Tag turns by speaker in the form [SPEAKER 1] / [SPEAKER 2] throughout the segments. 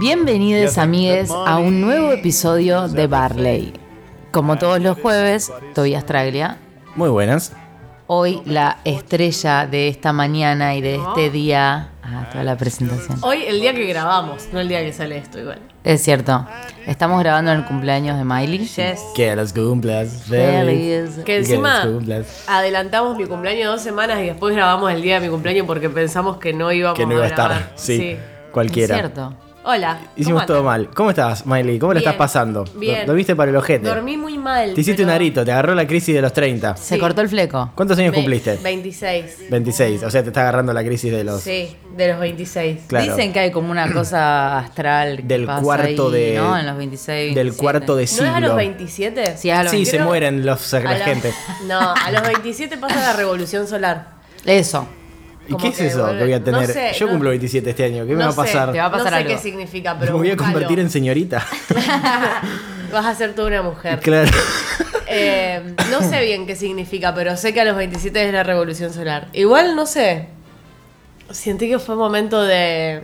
[SPEAKER 1] Bienvenidos amigues a un nuevo episodio de Barley. Como todos los jueves, Tobias Traglia
[SPEAKER 2] Muy buenas.
[SPEAKER 1] Hoy la estrella de esta mañana y de este día. Ah, toda la presentación.
[SPEAKER 3] Hoy el día que grabamos, no el día que sale esto igual.
[SPEAKER 1] Es cierto. Estamos grabando en el cumpleaños de Miley.
[SPEAKER 3] Yes.
[SPEAKER 2] Que los cumplas.
[SPEAKER 1] Feliz.
[SPEAKER 2] feliz.
[SPEAKER 3] Que encima
[SPEAKER 2] los cumplas.
[SPEAKER 3] adelantamos mi cumpleaños dos semanas y después grabamos el día de mi cumpleaños porque pensamos que no íbamos
[SPEAKER 2] Que no iba a
[SPEAKER 3] grabar.
[SPEAKER 2] estar. Sí. Cualquiera.
[SPEAKER 1] Es cierto.
[SPEAKER 3] Hola.
[SPEAKER 2] Hicimos
[SPEAKER 3] ¿cómo
[SPEAKER 2] todo
[SPEAKER 3] andan?
[SPEAKER 2] mal. ¿Cómo estás, Miley? ¿Cómo la
[SPEAKER 3] Bien.
[SPEAKER 2] estás pasando?
[SPEAKER 3] Bien.
[SPEAKER 2] ¿Lo viste para el ojete?
[SPEAKER 3] Dormí muy mal.
[SPEAKER 2] Te hiciste
[SPEAKER 3] pero-
[SPEAKER 2] un arito, te agarró la crisis de los 30.
[SPEAKER 1] Se
[SPEAKER 3] Sí.
[SPEAKER 1] cortó el fleco.
[SPEAKER 2] ¿Cuántos años
[SPEAKER 3] Ve-
[SPEAKER 2] cumpliste?
[SPEAKER 3] 26.
[SPEAKER 2] 26. O sea, te está agarrando la crisis de los.
[SPEAKER 3] Sí, de los 26.
[SPEAKER 2] Claro.
[SPEAKER 1] Dicen que hay como una cosa astral que
[SPEAKER 2] Del
[SPEAKER 1] pasa
[SPEAKER 2] cuarto
[SPEAKER 1] ahí,
[SPEAKER 2] de-
[SPEAKER 1] ¿no? En los 26.
[SPEAKER 2] Del cuarto de
[SPEAKER 3] ¿No
[SPEAKER 2] siglo.
[SPEAKER 3] es a los 27?
[SPEAKER 1] Sí, es a los
[SPEAKER 2] sí,
[SPEAKER 1] 20.
[SPEAKER 2] se
[SPEAKER 3] Creo-
[SPEAKER 2] mueren los, la,
[SPEAKER 3] A los-
[SPEAKER 2] gente.
[SPEAKER 3] No, a los 27 pasa la revolución solar.
[SPEAKER 1] Eso.
[SPEAKER 2] ¿Y
[SPEAKER 3] como
[SPEAKER 2] qué es
[SPEAKER 3] que
[SPEAKER 2] eso que
[SPEAKER 3] vuelve-
[SPEAKER 2] voy a
[SPEAKER 3] no
[SPEAKER 2] tener?
[SPEAKER 3] sé,
[SPEAKER 2] Yo
[SPEAKER 3] no-
[SPEAKER 2] cumplo 27 este año. ¿Qué me
[SPEAKER 3] no
[SPEAKER 2] va a
[SPEAKER 3] sé,
[SPEAKER 2] pasar?
[SPEAKER 1] te va a pasar
[SPEAKER 3] no sé
[SPEAKER 1] algo.
[SPEAKER 3] qué significa,
[SPEAKER 2] ¿Me
[SPEAKER 3] pero
[SPEAKER 2] voy a
[SPEAKER 3] búscalo.
[SPEAKER 2] convertir en señorita?
[SPEAKER 3] Vas a ser tú una mujer.
[SPEAKER 2] claro.
[SPEAKER 3] Eh, no sé bien qué significa, pero sé que a los 27 es la revolución solar. Igual, no sé. Sentí que fue momento de.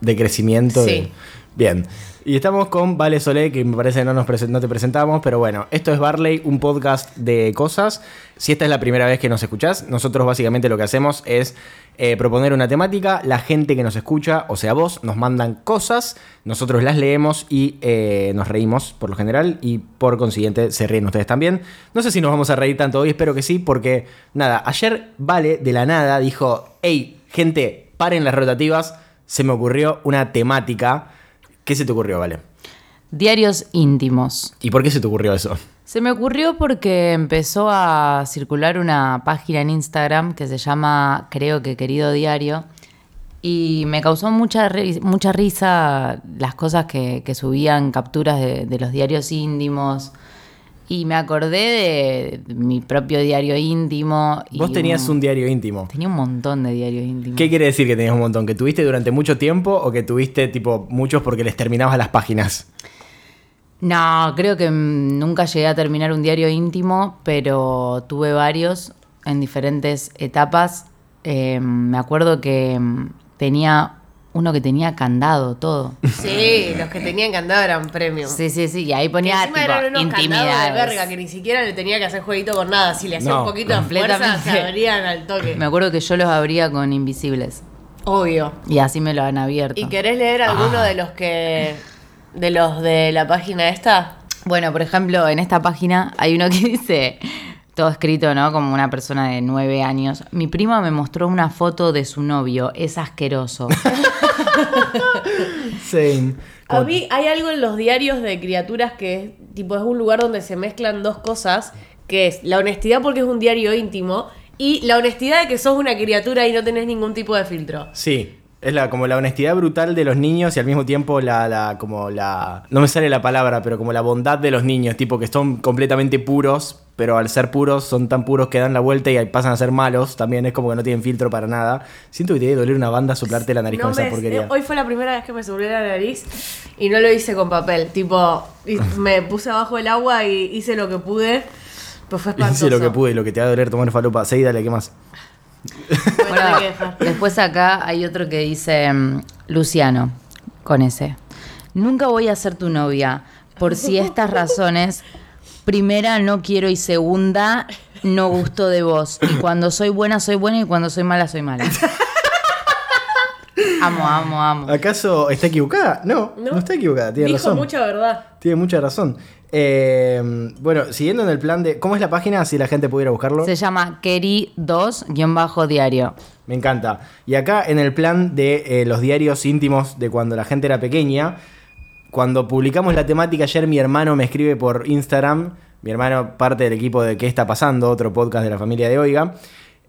[SPEAKER 2] de crecimiento.
[SPEAKER 3] Sí.
[SPEAKER 2] de- Bien. Y estamos con Vale Solé, que me parece no, nos presen- no te presentamos, pero bueno, esto es Barley, un podcast de cosas. Si esta es la primera vez que nos escuchás, nosotros básicamente lo que hacemos es eh, proponer una temática, la gente que nos escucha, o sea vos, nos mandan cosas, nosotros las leemos y eh, nos reímos por lo general y por consiguiente se ríen ustedes también. No sé si nos vamos a reír tanto hoy, espero que sí, porque nada, ayer Vale de la nada dijo, hey, gente, paren las rotativas, se me ocurrió una temática. ¿Qué se te ocurrió, Vale?
[SPEAKER 1] Diarios íntimos.
[SPEAKER 2] ¿Y por qué se te ocurrió eso?
[SPEAKER 1] Se me ocurrió porque empezó a circular una página en Instagram que se llama Creo que Querido Diario y me causó mucha, ri- mucha risa las cosas que, que subían, capturas de, de los diarios íntimos y me acordé de mi propio diario íntimo. y
[SPEAKER 2] Vos tenías un diario íntimo.
[SPEAKER 1] Tenía un montón de diarios íntimos.
[SPEAKER 2] ¿Qué quiere decir que tenías un montón? ¿Que tuviste durante mucho tiempo o que tuviste tipo muchos porque les terminabas las páginas?
[SPEAKER 1] No, creo que mm, nunca llegué a terminar un diario íntimo, pero tuve varios en diferentes etapas. Eh, me acuerdo que mm, tenía uno que tenía candado todo.
[SPEAKER 3] Sí, los que tenían candado eran premium.
[SPEAKER 1] Sí, sí, sí, y ahí
[SPEAKER 3] Que
[SPEAKER 1] ponía
[SPEAKER 3] encima eran
[SPEAKER 1] tipo
[SPEAKER 3] unos candados de
[SPEAKER 1] intimidades.
[SPEAKER 3] verga que ni siquiera le tenía que hacer jueguito con nada. Si le hacía
[SPEAKER 2] No,
[SPEAKER 3] un poquito de fuerza,
[SPEAKER 1] completamente.
[SPEAKER 3] se abrían al toque.
[SPEAKER 1] Me acuerdo que yo los abría con invisibles
[SPEAKER 3] Obvio.
[SPEAKER 1] y así me lo han abierto.
[SPEAKER 3] ¿Y querés leer alguno de los que. de los de la página esta?
[SPEAKER 1] Bueno, por ejemplo, en esta página hay uno que dice, todo escrito, ¿no? Como una persona de nueve años. Mi prima me mostró una foto de su novio, es asqueroso.
[SPEAKER 2] Sí.
[SPEAKER 3] A mí hay algo en los diarios de criaturas que es, tipo, es un lugar donde se mezclan dos cosas, que es la honestidad porque es un diario íntimo y la honestidad de que sos una criatura y no tenés ningún tipo de filtro.
[SPEAKER 2] Sí. Es la, como la honestidad brutal de los niños y al mismo tiempo la, la- como la. No me sale la palabra, pero como la bondad de los niños, tipo que son completamente puros, pero al ser puros son tan puros que dan la vuelta y pasan a ser malos. También es como que no tienen filtro para nada. Siento que te debe doler una banda soplarte la nariz
[SPEAKER 3] No
[SPEAKER 2] con esa
[SPEAKER 3] me-
[SPEAKER 2] porquería.
[SPEAKER 3] Hoy fue la primera vez que me soplé la nariz y no lo hice con papel. Tipo, y me puse abajo del agua y hice lo que pude, pero fue espantoso.
[SPEAKER 2] Hice lo que pude, lo que te va a doler tomar falopa. Seguí, dale, ¿qué más?
[SPEAKER 3] Me tuve
[SPEAKER 1] Bueno,
[SPEAKER 3] que dejar.
[SPEAKER 1] después acá hay otro que dice mm, Luciano, con ese. Nunca voy a ser tu novia, por si estas razones. Primera, no quiero y segunda, no gusto de vos. Y cuando soy buena, soy buena y cuando soy mala, soy mala. Amo, amo, amo.
[SPEAKER 2] ¿Acaso está equivocada? No, no, está equivocada, tiene
[SPEAKER 3] Dijo
[SPEAKER 2] razón.
[SPEAKER 3] mucha verdad.
[SPEAKER 2] Tiene mucha razón. Eh, bueno, siguiendo en el plan de. ¿Cómo es la página? Si la gente pudiera buscarlo.
[SPEAKER 1] Se llama Keri2-diario.
[SPEAKER 2] Me encanta. Y acá en el plan de eh, los diarios íntimos de cuando la gente era pequeña, cuando publicamos la temática ayer, mi hermano me escribe por Instagram, mi hermano parte del equipo de ¿Qué está pasando? Otro podcast de la familia de Oiga.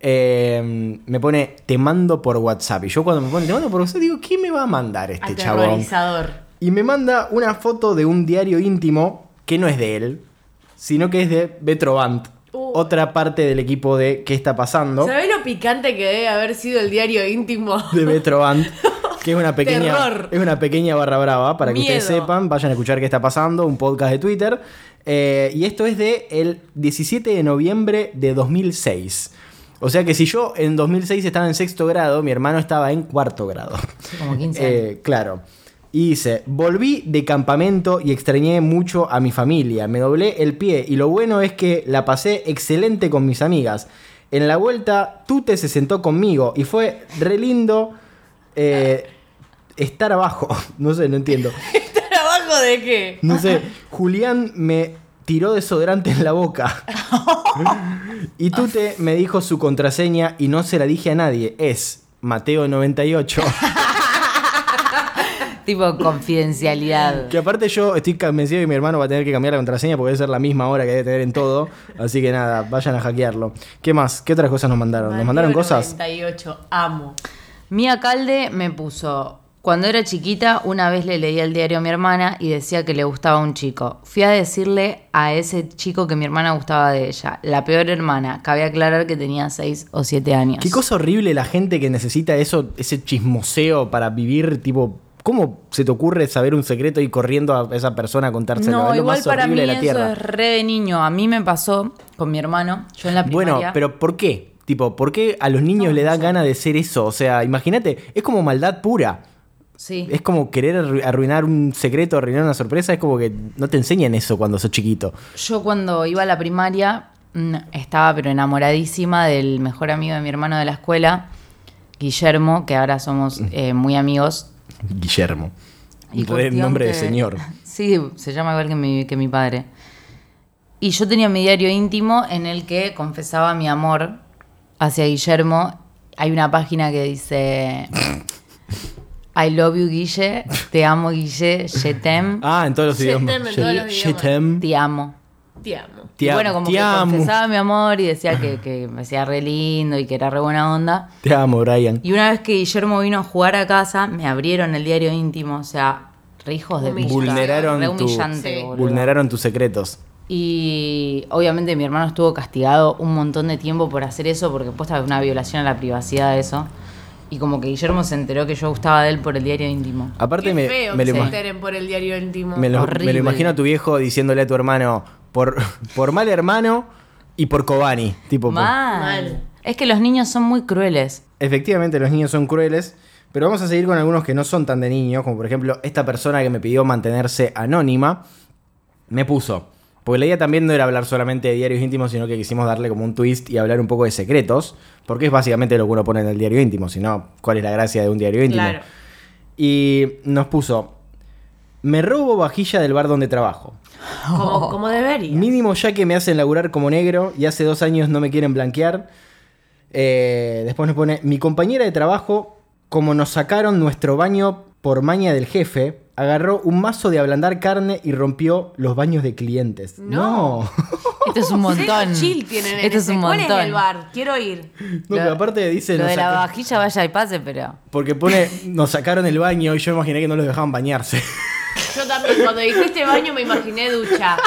[SPEAKER 2] eh, me pone te mando por WhatsApp. Y yo cuando me pone te mando por WhatsApp digo, ¿qué me va a mandar este chabón?
[SPEAKER 3] Aterrorizador.
[SPEAKER 2] Y me manda una foto de un diario íntimo que no es de él, sino que es de Betrovant,
[SPEAKER 3] Uh.
[SPEAKER 2] otra parte del equipo de ¿Qué está pasando?
[SPEAKER 3] ¿Sabés lo picante que debe haber sido el diario íntimo?
[SPEAKER 2] de Betrovant, que es una pequeña
[SPEAKER 3] Terror.
[SPEAKER 2] es una pequeña barra brava para que ustedes
[SPEAKER 3] Miedo.
[SPEAKER 2] sepan, vayan a escuchar qué está pasando, un podcast de Twitter. Eh, y esto es de el 17 de noviembre de 2006. O sea que si yo en 2006 estaba en sexto grado, mi hermano estaba en cuarto grado.
[SPEAKER 1] Como 15 años.
[SPEAKER 2] Eh, claro. Y dice, volví de campamento y extrañé mucho a mi familia. Me doblé el pie y lo bueno es que la pasé excelente con mis amigas. En la vuelta, Tute se sentó conmigo y fue re lindo eh, estar abajo. No sé, no entiendo.
[SPEAKER 3] ¿Trabajo de qué?
[SPEAKER 2] No sé, Julián me tiró desodorante en la boca. Y Tute me dijo su contraseña y no se la dije a nadie. Es Mateo98.
[SPEAKER 1] Tipo confidencialidad.
[SPEAKER 2] Que aparte yo estoy convencido que mi hermano va a tener que cambiar la contraseña porque debe ser la misma hora que debe tener en todo. Así que nada, vayan a hackearlo. ¿Qué más? ¿Qué otras cosas nos mandaron? ¿Nos mandaron
[SPEAKER 3] Mateo
[SPEAKER 2] cosas?
[SPEAKER 3] 98, amo.
[SPEAKER 1] Mía Calde me puso. Cuando era chiquita, una vez le leía el diario a mi hermana y decía que le gustaba un chico. Fui a decirle a ese chico que mi hermana gustaba de ella, la peor hermana. Cabe aclarar que tenía 6 o 7 años.
[SPEAKER 2] Qué cosa horrible la gente que necesita eso, ese chismoseo para vivir, tipo. ¿Cómo se te ocurre saber un secreto y corriendo a esa persona a contárselo?
[SPEAKER 1] No,
[SPEAKER 2] es lo
[SPEAKER 1] igual
[SPEAKER 2] más
[SPEAKER 1] para mí
[SPEAKER 2] horrible de la
[SPEAKER 1] eso
[SPEAKER 2] tierra.
[SPEAKER 1] es re de niño. A mí me pasó con mi hermano, yo en la primaria.
[SPEAKER 2] Bueno, pero ¿por qué? Tipo, ¿por qué a los niños le da gana de ser eso? O sea, imagínate, es como maldad pura.
[SPEAKER 1] Sí.
[SPEAKER 2] Es como querer arru- arruinar un secreto, arruinar una sorpresa. Es como que no te enseñan eso cuando sos chiquito.
[SPEAKER 1] Yo cuando iba a la primaria mm, estaba pero enamoradísima del mejor amigo de mi hermano de la escuela, Guillermo, que ahora somos eh, muy amigos.
[SPEAKER 2] Guillermo.
[SPEAKER 1] Y
[SPEAKER 2] Re
[SPEAKER 1] cuestión
[SPEAKER 2] nombre de
[SPEAKER 1] que-
[SPEAKER 2] señor.
[SPEAKER 1] Sí, se llama igual que mi, que mi padre. Y yo tenía mi diario íntimo en el que confesaba mi amor hacia Guillermo. Hay una página que dice... I love you, Guille. Te amo, Guille. Je t'aime.
[SPEAKER 2] Ah, en todos los
[SPEAKER 3] Shetem,
[SPEAKER 2] idiomas.
[SPEAKER 3] en todos los
[SPEAKER 2] Shetem,
[SPEAKER 1] Te amo.
[SPEAKER 3] Te amo.
[SPEAKER 1] Y
[SPEAKER 2] te am-
[SPEAKER 1] bueno, como
[SPEAKER 2] te
[SPEAKER 1] que
[SPEAKER 2] amo.
[SPEAKER 1] confesaba mi amor y decía que, que me hacía re lindo y que era re buena onda.
[SPEAKER 2] Te amo, Brian.
[SPEAKER 1] Y una vez que Guillermo vino a jugar a casa, me abrieron el diario íntimo, o sea, re hijos de puta.
[SPEAKER 2] Vulneraron
[SPEAKER 1] Re
[SPEAKER 2] tu-
[SPEAKER 1] humillante,
[SPEAKER 3] Sí.
[SPEAKER 1] boludo.
[SPEAKER 2] Vulneraron tus secretos.
[SPEAKER 1] Y obviamente mi hermano estuvo castigado un montón de tiempo por hacer eso, porque posta es una violación a la privacidad de eso. Y como que Guillermo se enteró que yo gustaba de él por el diario íntimo.
[SPEAKER 2] Aparte,
[SPEAKER 3] Qué
[SPEAKER 2] me,
[SPEAKER 3] feo
[SPEAKER 2] me
[SPEAKER 3] que
[SPEAKER 2] lo
[SPEAKER 3] se
[SPEAKER 2] ima-
[SPEAKER 3] enteren por el diario íntimo.
[SPEAKER 2] me lo- me lo
[SPEAKER 1] este Horrible.
[SPEAKER 2] imagino a tu viejo diciéndole a tu hermano por, por mal hermano y por Kobani. Tipo, por-
[SPEAKER 1] Mal.
[SPEAKER 3] Mal.
[SPEAKER 1] Es que los niños son muy crueles.
[SPEAKER 2] Efectivamente, los niños son crueles, pero vamos a seguir con algunos que no son tan de niños, como por ejemplo esta persona que me pidió mantenerse anónima, me puso. Porque la idea también no era hablar solamente de diarios íntimos, sino que quisimos darle como un twist y hablar un poco de secretos, porque es básicamente lo que uno pone en el diario íntimo, si no, ¿cuál es la gracia de un diario íntimo?
[SPEAKER 3] Claro.
[SPEAKER 2] Y nos puso, me robo vajilla del bar donde trabajo.
[SPEAKER 3] Como, como debería.
[SPEAKER 2] Mínimo ya que me hacen laburar como negro y hace dos años no me quieren blanquear. Eh, después nos pone, mi compañera de trabajo, como nos sacaron nuestro baño por maña del jefe, agarró un mazo de ablandar carne y rompió los baños de clientes.
[SPEAKER 3] No.
[SPEAKER 2] No,
[SPEAKER 1] Esto es un montón.
[SPEAKER 3] Cero chill tienen en
[SPEAKER 1] Esto es
[SPEAKER 3] ese.
[SPEAKER 1] un montón.
[SPEAKER 3] ¿Cuál es el bar? Quiero ir.
[SPEAKER 2] No, pero aparte dice...
[SPEAKER 1] Lo
[SPEAKER 2] nos
[SPEAKER 1] de la
[SPEAKER 2] saca-
[SPEAKER 1] vajilla vaya y pase, pero.
[SPEAKER 2] Porque pone, nos sacaron el baño y yo imaginé que no los dejaban bañarse.
[SPEAKER 3] Yo también, cuando dijiste baño me imaginé ducha.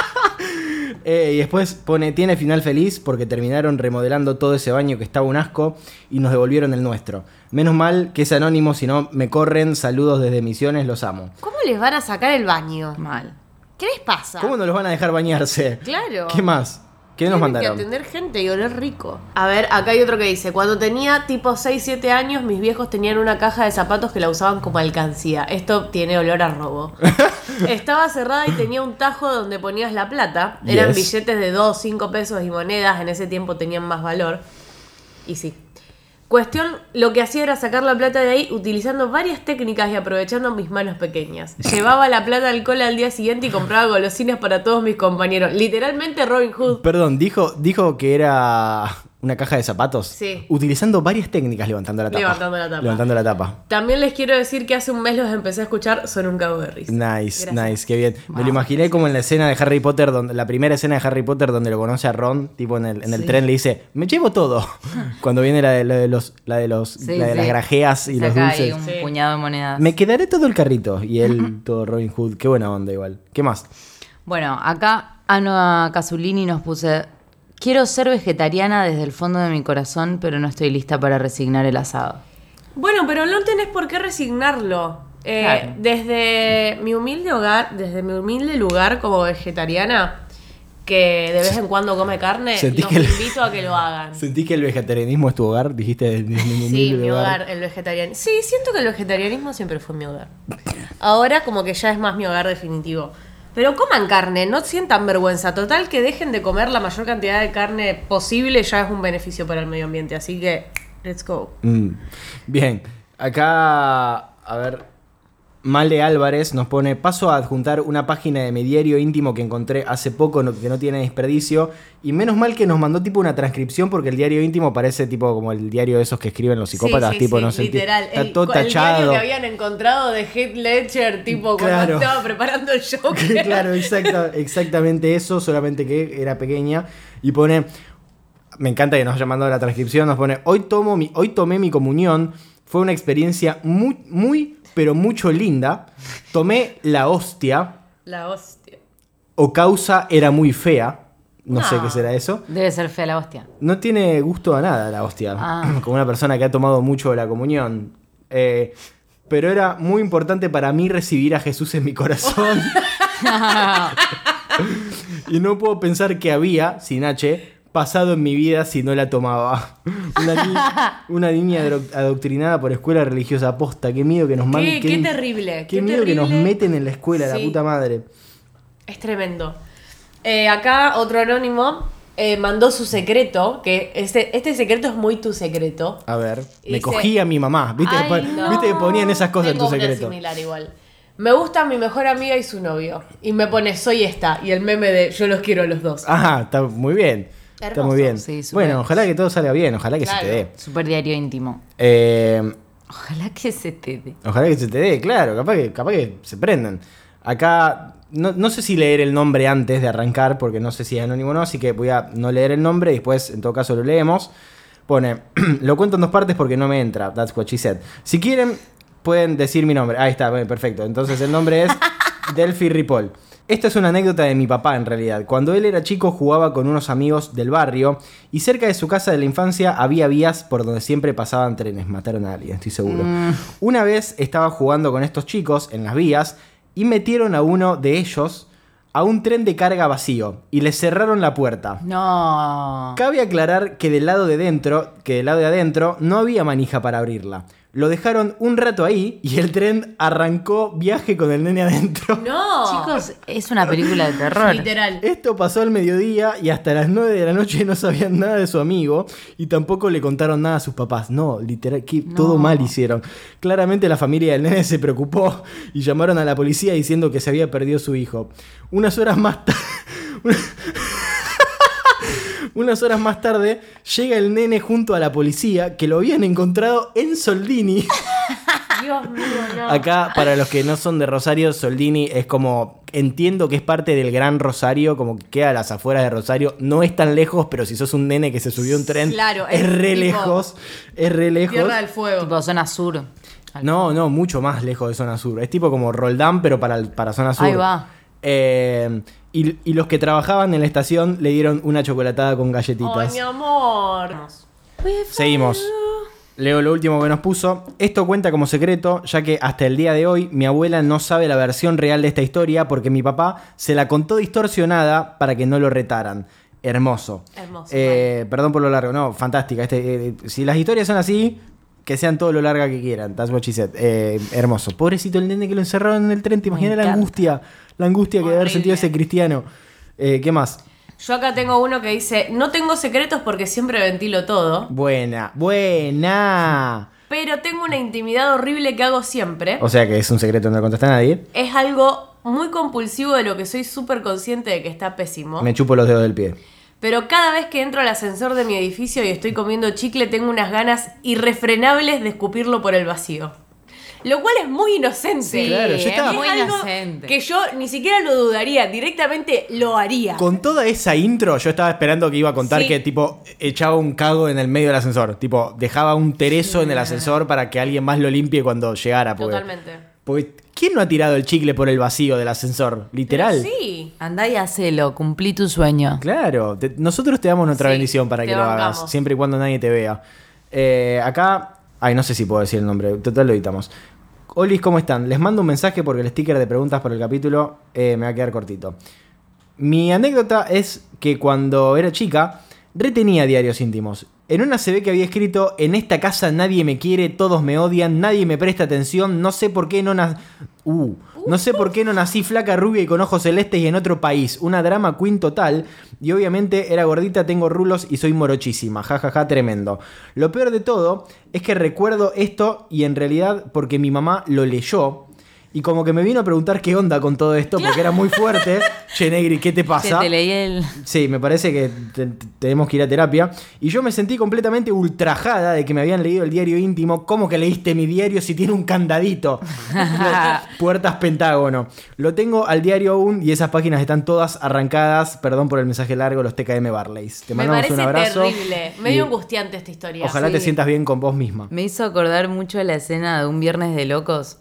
[SPEAKER 2] Eh, y después pone, tiene final feliz porque terminaron remodelando todo ese baño que estaba un asco y nos devolvieron el nuestro. Menos mal que es anónimo, si no me corren. Saludos desde Misiones, los amo.
[SPEAKER 3] ¿Cómo les van a sacar el baño?
[SPEAKER 1] Mal.
[SPEAKER 3] ¿Qué les pasa?
[SPEAKER 2] ¿Cómo no los van a dejar bañarse?
[SPEAKER 3] Claro.
[SPEAKER 2] ¿Qué más? ¿Qué nos
[SPEAKER 3] Tienen
[SPEAKER 2] mandaron?
[SPEAKER 3] que atender gente y oler rico. A ver, acá hay otro que dice, cuando tenía tipo 6, 7 años, mis viejos tenían una caja de zapatos que la usaban como alcancía. Esto tiene olor a robo. Estaba cerrada y tenía un tajo donde ponías la plata. Eran
[SPEAKER 2] Yes.
[SPEAKER 3] billetes de 2, 5 pesos y monedas, en ese tiempo tenían más valor. Y sí. Cuestión, lo que hacía era sacar la plata de ahí utilizando varias técnicas y aprovechando mis manos pequeñas. Llevaba la plata al cola al día siguiente y compraba golosinas para todos mis compañeros. Literalmente Robin Hood.
[SPEAKER 2] Perdón, dijo, dijo que era una caja de zapatos.
[SPEAKER 3] Sí.
[SPEAKER 2] Utilizando varias técnicas levantando la tapa.
[SPEAKER 3] Levantando la tapa.
[SPEAKER 2] Levantando la tapa.
[SPEAKER 3] También les quiero decir que hace un mes los empecé a escuchar, son un cabo de risa.
[SPEAKER 2] Nice,
[SPEAKER 3] Gracias.
[SPEAKER 2] nice, qué bien. Me
[SPEAKER 1] Wow.
[SPEAKER 2] lo imaginé como en la escena de Harry Potter, donde, la primera escena de Harry Potter donde lo conoce a Ron, tipo en el, en el
[SPEAKER 1] Sí.
[SPEAKER 2] tren le dice, me llevo todo. Cuando viene la de, la de los, la de los,
[SPEAKER 1] Sí,
[SPEAKER 2] la de
[SPEAKER 1] sí.
[SPEAKER 2] las grajeas y los
[SPEAKER 1] Saca ahí
[SPEAKER 2] dulces.
[SPEAKER 1] un
[SPEAKER 3] Sí.
[SPEAKER 1] puñado de monedas.
[SPEAKER 2] Me quedaré todo el carrito. Y él, todo Robin Hood, qué buena onda igual. ¿Qué más?
[SPEAKER 1] Bueno, acá Ana Casulini nos puse. Quiero ser vegetariana desde el fondo de mi corazón, pero no estoy lista para resignar el asado.
[SPEAKER 3] Bueno, pero no tenés por qué resignarlo. Eh,
[SPEAKER 1] Claro.
[SPEAKER 3] Desde mi humilde hogar, desde mi humilde lugar como vegetariana, que de vez en cuando come carne,
[SPEAKER 2] Sentí
[SPEAKER 3] los
[SPEAKER 2] que el-
[SPEAKER 3] invito a que lo hagan.
[SPEAKER 2] ¿Sentís que el vegetarianismo es tu hogar? Dijiste desde mi
[SPEAKER 3] Sí,
[SPEAKER 2] humilde
[SPEAKER 3] mi hogar, el vegetarianismo. Sí, siento que el vegetarianismo siempre fue mi hogar. Ahora como que ya es más mi hogar definitivo. Pero coman carne, no sientan vergüenza. Total, que dejen de comer la mayor cantidad de carne posible ya es un beneficio para el medio ambiente. Así que, let's go.
[SPEAKER 2] Mm. Bien, acá, a ver, Male Álvarez nos pone, paso a adjuntar una página de mi diario íntimo que encontré hace poco no- que no tiene desperdicio, y menos mal que nos mandó tipo una transcripción porque el diario íntimo parece tipo como el diario de esos que escriben los psicópatas,
[SPEAKER 3] Sí, sí,
[SPEAKER 2] tipo
[SPEAKER 3] sí,
[SPEAKER 2] no sé,
[SPEAKER 3] literal.
[SPEAKER 2] está
[SPEAKER 3] el,
[SPEAKER 2] todo
[SPEAKER 3] el diario
[SPEAKER 2] tachado.
[SPEAKER 3] que habían encontrado de Heath Ledger, tipo,
[SPEAKER 2] Claro.
[SPEAKER 3] cuando estaba preparando el show.
[SPEAKER 2] claro, exacta- exactamente eso, solamente que era pequeña. Y pone, me encanta que nos haya mandado la transcripción, nos pone, hoy, tomo mi, hoy tomé mi comunión, fue una experiencia muy, muy, pero mucho linda. Tomé la hostia,
[SPEAKER 3] La hostia.
[SPEAKER 2] o causa era muy fea, no sé
[SPEAKER 3] No.
[SPEAKER 2] qué será eso.
[SPEAKER 1] Debe ser fea la hostia.
[SPEAKER 2] No tiene gusto a nada la hostia.
[SPEAKER 1] Ah.
[SPEAKER 2] Como una persona que ha tomado mucho de la comunión. Eh, pero era muy importante para mí recibir a Jesús en mi corazón. y no puedo pensar que había, sin H, pasado en mi vida si no la tomaba. Una, ni- una niña adro- adoctrinada por escuela religiosa aposta. Qué miedo que nos manden.
[SPEAKER 3] qué terrible,
[SPEAKER 2] Qué,
[SPEAKER 3] qué
[SPEAKER 2] miedo que nos
[SPEAKER 3] terrible.
[SPEAKER 2] meten en la escuela, la
[SPEAKER 3] Sí.
[SPEAKER 2] puta madre.
[SPEAKER 3] Es tremendo. Eh, acá otro anónimo eh, mandó su secreto, que este, este secreto es muy tu secreto.
[SPEAKER 2] A ver, me
[SPEAKER 3] Dice-
[SPEAKER 2] cogí a mi mamá. ¿Viste,
[SPEAKER 1] Ay,
[SPEAKER 2] que, pon-
[SPEAKER 1] no.
[SPEAKER 2] viste que ponían esas cosas
[SPEAKER 3] Tengo
[SPEAKER 2] en tu
[SPEAKER 3] una
[SPEAKER 2] secreto?
[SPEAKER 3] similar igual. Me gusta mi mejor amiga y su novio. Y me pone soy esta. Y el meme de yo los quiero a los dos.
[SPEAKER 2] Ajá, está muy bien. está
[SPEAKER 3] Hermoso,
[SPEAKER 2] muy bien.
[SPEAKER 1] sí, súper.
[SPEAKER 2] bueno, ojalá que todo salga bien, ojalá que se
[SPEAKER 3] Claro.
[SPEAKER 2] te dé.
[SPEAKER 1] Super diario íntimo.
[SPEAKER 2] Eh,
[SPEAKER 1] Ojalá que se te dé.
[SPEAKER 2] ojalá que se te dé, claro, capaz que, capaz que se prendan. Acá, no, no sé si leer el nombre antes de arrancar, porque no sé si es anónimo o no, así que voy a no leer el nombre y después, en todo caso, lo leemos. Pone, lo cuento en dos partes porque no me entra, that's what she said. Si quieren, pueden decir mi nombre. Ahí está, bueno, perfecto. Entonces el nombre es Delphi Ripoll. Esta es una anécdota de mi papá en realidad. Cuando él era chico jugaba con unos amigos del barrio y cerca de su casa de la infancia había vías por donde siempre pasaban trenes. Mataron a alguien, estoy seguro. Una vez estaba jugando con estos chicos en las vías y metieron a uno de ellos a un tren de carga vacío y le cerraron la puerta.
[SPEAKER 1] No.
[SPEAKER 2] Cabe aclarar que del lado de dentro, que del lado de adentro no había manija para abrirla. Lo dejaron un rato ahí y el tren arrancó viaje con el nene adentro.
[SPEAKER 3] No.
[SPEAKER 1] Chicos, es una película de terror.
[SPEAKER 3] literal.
[SPEAKER 2] Esto pasó al mediodía y hasta las 9 de la noche no sabían nada de su amigo y tampoco le contaron nada a sus papás. No, literal, que
[SPEAKER 1] No.
[SPEAKER 2] todo mal hicieron. Claramente la familia del nene se preocupó y llamaron a la policía diciendo que se había perdido su hijo. Unas horas más tarde. Unas horas más tarde llega el nene junto a la policía que lo habían encontrado en Soldini.
[SPEAKER 3] Dios mío, no.
[SPEAKER 2] Acá, para los que no son de Rosario, Soldini es como. Entiendo que es parte del Gran Rosario, como que queda a las afueras de Rosario. No es tan lejos, pero si sos un nene que se subió a un tren.
[SPEAKER 3] Claro,
[SPEAKER 2] es,
[SPEAKER 3] es
[SPEAKER 2] re
[SPEAKER 3] tipo
[SPEAKER 2] lejos. Es re lejos.
[SPEAKER 3] Tierra del fuego.
[SPEAKER 1] Tipo zona sur.
[SPEAKER 2] No, no, mucho más lejos de zona sur. Es tipo como Roldán, pero para, el- para zona sur.
[SPEAKER 1] Ahí va.
[SPEAKER 2] Eh, y, y los que trabajaban en la estación le dieron una chocolatada con
[SPEAKER 3] Ay,
[SPEAKER 2] galletitas.
[SPEAKER 3] mi amor.
[SPEAKER 2] Seguimos. Leo lo último que nos puso. Esto cuenta como secreto, ya que hasta el día de hoy mi abuela no sabe la versión real de esta historia porque mi papá se la contó distorsionada para que no lo retaran. Hermoso.
[SPEAKER 3] Hermoso,
[SPEAKER 2] Eh, Perdón por lo largo, no, fantástica. Este, eh, si las historias son así, que sean todo lo larga que quieran. That's what she said. Eh, hermoso. Pobrecito el nene que lo encerraron en el tren. Te imaginas la
[SPEAKER 1] encanta.
[SPEAKER 2] angustia. La angustia que debe haber
[SPEAKER 3] Horrible.
[SPEAKER 2] sentido ese cristiano. Eh, ¿Qué más?
[SPEAKER 3] Yo acá tengo uno que dice, no tengo secretos porque siempre ventilo todo,
[SPEAKER 2] Buena, buena.
[SPEAKER 3] pero tengo una intimidad horrible que hago siempre.
[SPEAKER 2] O sea que es un secreto, no lo contesta nadie.
[SPEAKER 3] Es algo muy compulsivo de lo que soy súper consciente de que está pésimo.
[SPEAKER 2] Me chupo los dedos del pie.
[SPEAKER 3] Pero cada vez que entro al ascensor de mi edificio y estoy comiendo chicle, tengo unas ganas irrefrenables de escupirlo por el vacío. Lo cual es muy inocente.
[SPEAKER 1] Sí,
[SPEAKER 2] claro, yo
[SPEAKER 1] es
[SPEAKER 2] estaba-
[SPEAKER 1] muy
[SPEAKER 3] Es algo
[SPEAKER 1] inocente.
[SPEAKER 3] Que yo ni siquiera lo dudaría, directamente lo haría.
[SPEAKER 2] Con toda esa intro, yo estaba esperando que iba a contar
[SPEAKER 3] Sí.
[SPEAKER 2] que, tipo, echaba un cago en el medio del ascensor. Tipo, dejaba un tereso en el ascensor para que alguien más lo limpie cuando llegara. porque-
[SPEAKER 3] Totalmente.
[SPEAKER 2] Porque, ¿quién no ha tirado el chicle por el vacío del ascensor? Literal.
[SPEAKER 3] Sí.
[SPEAKER 1] Andá y hacelo, cumplí tu sueño.
[SPEAKER 2] Claro, te- nosotros te damos nuestra
[SPEAKER 3] Sí,
[SPEAKER 2] bendición para
[SPEAKER 3] te
[SPEAKER 2] que lo
[SPEAKER 3] bancamos.
[SPEAKER 2] hagas, siempre y cuando nadie te vea. Eh, acá, ay, no sé si puedo decir el nombre, total lo editamos. Olis, ¿cómo están? Les mando un mensaje porque el sticker de preguntas por el capítulo eh, me va a quedar cortito. Mi anécdota es que cuando era chica, retenía diarios íntimos. En una se ve que había escrito, en esta casa nadie me quiere, todos me odian, nadie me presta atención, no sé por qué no nací... no sé por qué no nací flaca, rubia y con ojos celestes y en otro país. Una drama queen total. Y obviamente era gordita, tengo rulos y soy morochísima. Ja, ja, ja, tremendo. Lo peor de todo es que recuerdo esto y en realidad porque mi mamá lo leyó. Y como que me vino a preguntar qué onda con todo esto, porque era muy fuerte. Che, Negri, ¿qué te
[SPEAKER 1] Te,
[SPEAKER 2] pasa?
[SPEAKER 1] te leí el.
[SPEAKER 2] Sí, me parece que te- te- tenemos que ir a terapia. Y yo me sentí completamente ultrajada de que me habían leído el diario íntimo. ¿Cómo que leíste mi diario si tiene un candadito? Puertas Pentágono. Lo tengo al diario aún y esas páginas están todas arrancadas. Perdón por el mensaje largo, los TKM Barleys. Te
[SPEAKER 3] Me
[SPEAKER 2] mandamos
[SPEAKER 3] parece
[SPEAKER 2] un abrazo.
[SPEAKER 3] terrible. Medio
[SPEAKER 2] y
[SPEAKER 3] angustiante esta historia.
[SPEAKER 2] Ojalá te
[SPEAKER 1] Sí.
[SPEAKER 2] sientas bien con vos misma.
[SPEAKER 1] Me hizo acordar mucho a la escena de un viernes de locos.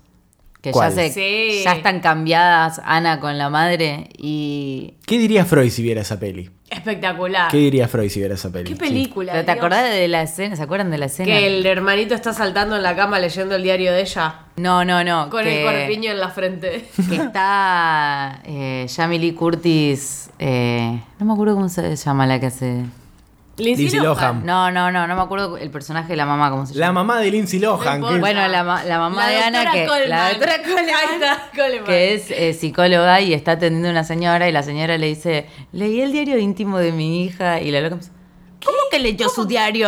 [SPEAKER 1] Que
[SPEAKER 2] ¿Cuál?
[SPEAKER 1] ya se,
[SPEAKER 3] Sí.
[SPEAKER 1] ya están cambiadas Ana con la madre y.
[SPEAKER 2] ¿Qué diría Freud si viera esa peli?
[SPEAKER 3] Espectacular.
[SPEAKER 2] ¿Qué
[SPEAKER 3] Qué,
[SPEAKER 2] diría Freud si viera esa peli? Sí.
[SPEAKER 3] Ah. película.
[SPEAKER 1] Pero te
[SPEAKER 3] Dios.
[SPEAKER 1] acordás de la escena, ¿se acuerdan de la escena?
[SPEAKER 3] Que el hermanito está saltando en la cama leyendo el diario de ella.
[SPEAKER 1] No, no, no.
[SPEAKER 3] Con
[SPEAKER 1] que,
[SPEAKER 3] el corpiño en la frente.
[SPEAKER 1] Que está eh, Jamie Lee Curtis. eh, no me acuerdo cómo se llama la que hace.
[SPEAKER 2] Lindsay Lohan.
[SPEAKER 1] No, no, no, no me acuerdo el personaje de la mamá, cómo se
[SPEAKER 2] La
[SPEAKER 1] llama.
[SPEAKER 2] mamá de Lindsay Lohan.
[SPEAKER 3] No
[SPEAKER 2] que-
[SPEAKER 3] importa.
[SPEAKER 1] Bueno, la, ma- la mamá de Ana,
[SPEAKER 3] doctora
[SPEAKER 1] que, la
[SPEAKER 3] Coleman.
[SPEAKER 1] doctora
[SPEAKER 3] Ahí está, Coleman.
[SPEAKER 1] que es eh, psicóloga y está atendiendo a una señora y la señora le dice, leí el diario íntimo de mi hija y la loca me dice, ¿cómo que leyó su diario?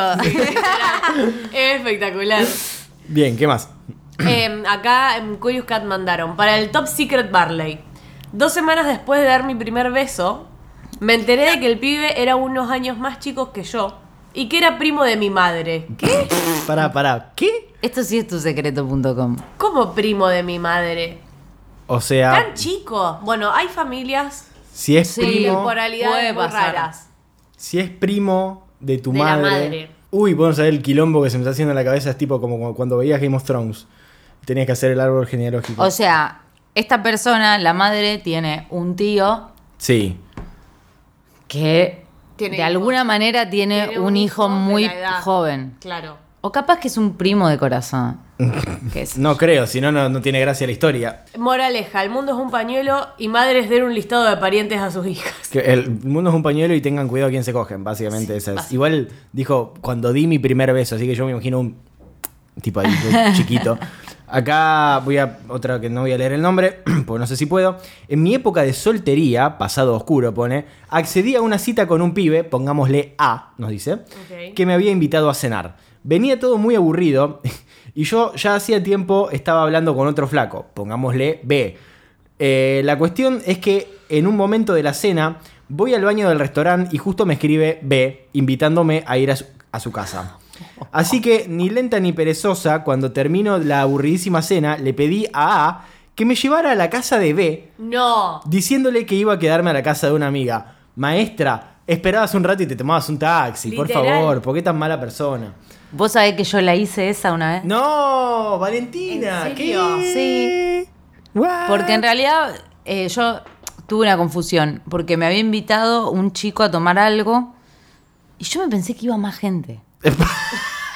[SPEAKER 3] Es espectacular.
[SPEAKER 2] Bien, ¿qué más?
[SPEAKER 3] Em, acá en Curious Cat mandaron para el Top Secret Barley. Dos semanas después de dar mi primer beso, me enteré de que el pibe era unos años más chicos que yo y que era primo de mi madre. ¿Qué?
[SPEAKER 2] Pará, pará. ¿Qué?
[SPEAKER 1] Esto sí es tu secreto.com.
[SPEAKER 3] ¿Cómo primo de mi madre?
[SPEAKER 2] O sea.
[SPEAKER 3] Tan chico. Bueno, hay familias
[SPEAKER 2] Si es
[SPEAKER 1] Sí,
[SPEAKER 3] con
[SPEAKER 2] primo,
[SPEAKER 1] puede
[SPEAKER 3] temporalidades muy
[SPEAKER 1] pasar.
[SPEAKER 3] raras.
[SPEAKER 2] si es primo de tu
[SPEAKER 3] De la
[SPEAKER 2] madre,
[SPEAKER 3] madre.
[SPEAKER 2] Uy, vamos a ver el quilombo que se me está haciendo en la cabeza es tipo como cuando veías Game of Thrones. Tenías que hacer el árbol genealógico.
[SPEAKER 1] O sea, esta persona, la madre, tiene un tío
[SPEAKER 2] sí.
[SPEAKER 1] que
[SPEAKER 3] Tiene
[SPEAKER 1] de
[SPEAKER 3] hijos.
[SPEAKER 1] alguna manera tiene,
[SPEAKER 3] Tiene
[SPEAKER 1] un, hijo,
[SPEAKER 3] de
[SPEAKER 1] muy
[SPEAKER 3] la edad.
[SPEAKER 1] joven.
[SPEAKER 3] Claro.
[SPEAKER 1] O capaz que es un primo de corazón. que es-
[SPEAKER 2] No creo, si no, no no tiene gracia la historia.
[SPEAKER 3] Moraleja, el mundo es un pañuelo y madres den un listado de parientes a sus hijas.
[SPEAKER 2] Que el mundo es un pañuelo y tengan cuidado a quién se cogen, básicamente. esas. Igual dijo, cuando di mi primer beso, así que yo me imagino un tipo ahí, un chiquito. Acá voy a otra que no voy a leer el nombre, porque no sé si puedo. En mi época de soltería, pasado oscuro pone, accedí a una cita con un pibe, pongámosle A, nos dice,
[SPEAKER 3] Ok.
[SPEAKER 2] que me había invitado a cenar. Venía todo muy aburrido y yo ya hacía tiempo estaba hablando con otro flaco, pongámosle B. Eh, la cuestión es que en un momento de la cena voy al baño del restaurante y justo me escribe B invitándome a ir a su, a su casa. Así que ni lenta ni perezosa, cuando termino la aburridísima cena, le pedí a A que me llevara a la casa de B
[SPEAKER 3] No.
[SPEAKER 2] diciéndole que iba a quedarme a la casa de una amiga. Maestra, esperabas un rato y te tomabas un taxi, por
[SPEAKER 3] Literal.
[SPEAKER 2] favor, ¿por qué tan mala persona?
[SPEAKER 1] ¿Vos sabés que yo la hice esa una vez?
[SPEAKER 2] No, Valentina,
[SPEAKER 3] ¿En serio?
[SPEAKER 2] ¿qué? Sí.
[SPEAKER 1] Porque en
[SPEAKER 2] Ah.
[SPEAKER 1] realidad eh, yo tuve una confusión, porque me había invitado un chico a tomar algo y yo me pensé que iba más gente.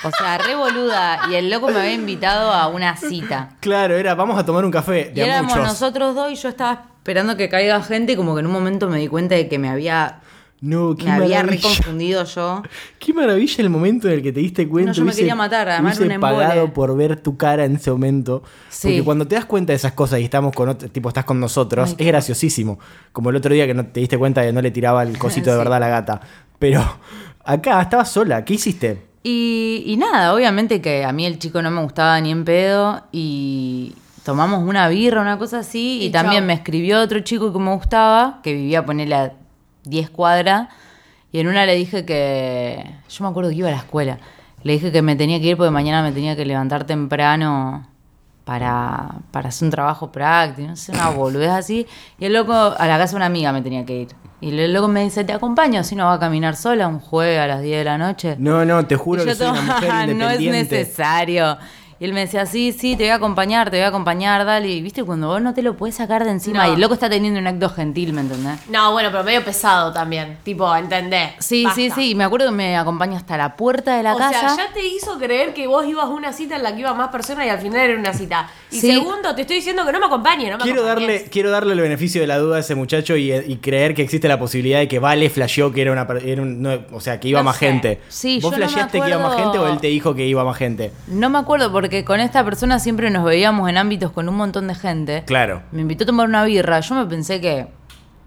[SPEAKER 1] O sea, re boluda, y el loco me había invitado a una cita.
[SPEAKER 2] Claro, era, vamos a tomar un café
[SPEAKER 1] Y
[SPEAKER 2] de a
[SPEAKER 1] éramos
[SPEAKER 2] muchos.
[SPEAKER 1] nosotros dos y yo estaba esperando que caiga gente y como que en un momento me di cuenta de que me había,
[SPEAKER 2] No, qué
[SPEAKER 1] me había
[SPEAKER 2] maravilla.
[SPEAKER 1] reconfundido yo.
[SPEAKER 2] Qué maravilla el momento en el que te diste cuenta.
[SPEAKER 1] No, yo me quería matar, además era
[SPEAKER 2] hubiese
[SPEAKER 1] un embole.
[SPEAKER 2] pagado por ver tu cara en ese momento.
[SPEAKER 1] Sí.
[SPEAKER 2] Porque cuando te das cuenta de esas cosas y estamos con otro, tipo estás con nosotros, es graciosísimo. Como el otro día que no te diste cuenta de que no le tiraba el cosito de
[SPEAKER 1] Sí.
[SPEAKER 2] verdad a la gata. Pero acá estabas sola, ¿qué hiciste?
[SPEAKER 1] Y, y nada, obviamente que a mí el chico no me gustaba ni en pedo y tomamos una birra, una cosa así, y,
[SPEAKER 3] Y
[SPEAKER 1] también
[SPEAKER 3] chau.
[SPEAKER 1] me escribió otro chico que me gustaba, que vivía, ponele, a 10 cuadras, y Y en una le dije que. Yo me acuerdo que iba a la escuela. Le dije que me tenía que ir porque mañana me tenía que levantar temprano para, para hacer un trabajo práctico. No sé, una boludez así. Y el loco, a la casa de una amiga me tenía que ir. Y el loco me dice: Te acompaño, si no va a caminar sola un jueves a las 10 de la noche.
[SPEAKER 2] No, no, te juro
[SPEAKER 1] Y
[SPEAKER 2] que
[SPEAKER 1] yo
[SPEAKER 2] soy una
[SPEAKER 1] todo,
[SPEAKER 2] mujer
[SPEAKER 1] "Ah,
[SPEAKER 2] independiente.
[SPEAKER 1] No es necesario. Y él me decía, sí, sí, te voy a acompañar, te voy a acompañar, dale. Y viste, cuando vos no te lo puedes sacar de encima
[SPEAKER 3] No.
[SPEAKER 1] y el loco está teniendo un acto gentil, ¿me entendés?
[SPEAKER 3] No, bueno, pero medio pesado también. Tipo, entendés.
[SPEAKER 1] Sí,
[SPEAKER 3] Basta.
[SPEAKER 1] sí, sí. Y me acuerdo que me acompaña hasta la puerta de la
[SPEAKER 3] o
[SPEAKER 1] casa.
[SPEAKER 3] sea, ya te hizo creer que vos ibas a una cita en la que iban más personas y al final era una cita. Y
[SPEAKER 1] Sí.
[SPEAKER 3] segundo, te estoy diciendo que no me acompañes, no me
[SPEAKER 2] Quiero
[SPEAKER 3] acompañes.
[SPEAKER 2] darle, quiero darle el beneficio de la duda a ese muchacho y, eh, y creer que existe la posibilidad de que Vale flasheó que era una per- era un- no, o sea que iba
[SPEAKER 3] No
[SPEAKER 2] más
[SPEAKER 3] sé.
[SPEAKER 2] gente.
[SPEAKER 1] Sí,
[SPEAKER 2] ¿Vos
[SPEAKER 1] yo no me
[SPEAKER 2] flasheaste que iba más gente o
[SPEAKER 1] acuerdo.
[SPEAKER 2] él te dijo que iba más gente?
[SPEAKER 1] No me acuerdo porque con esta persona siempre nos veíamos en ámbitos con un montón de gente.
[SPEAKER 2] Claro.
[SPEAKER 1] Me invitó a tomar una birra. Yo me pensé que.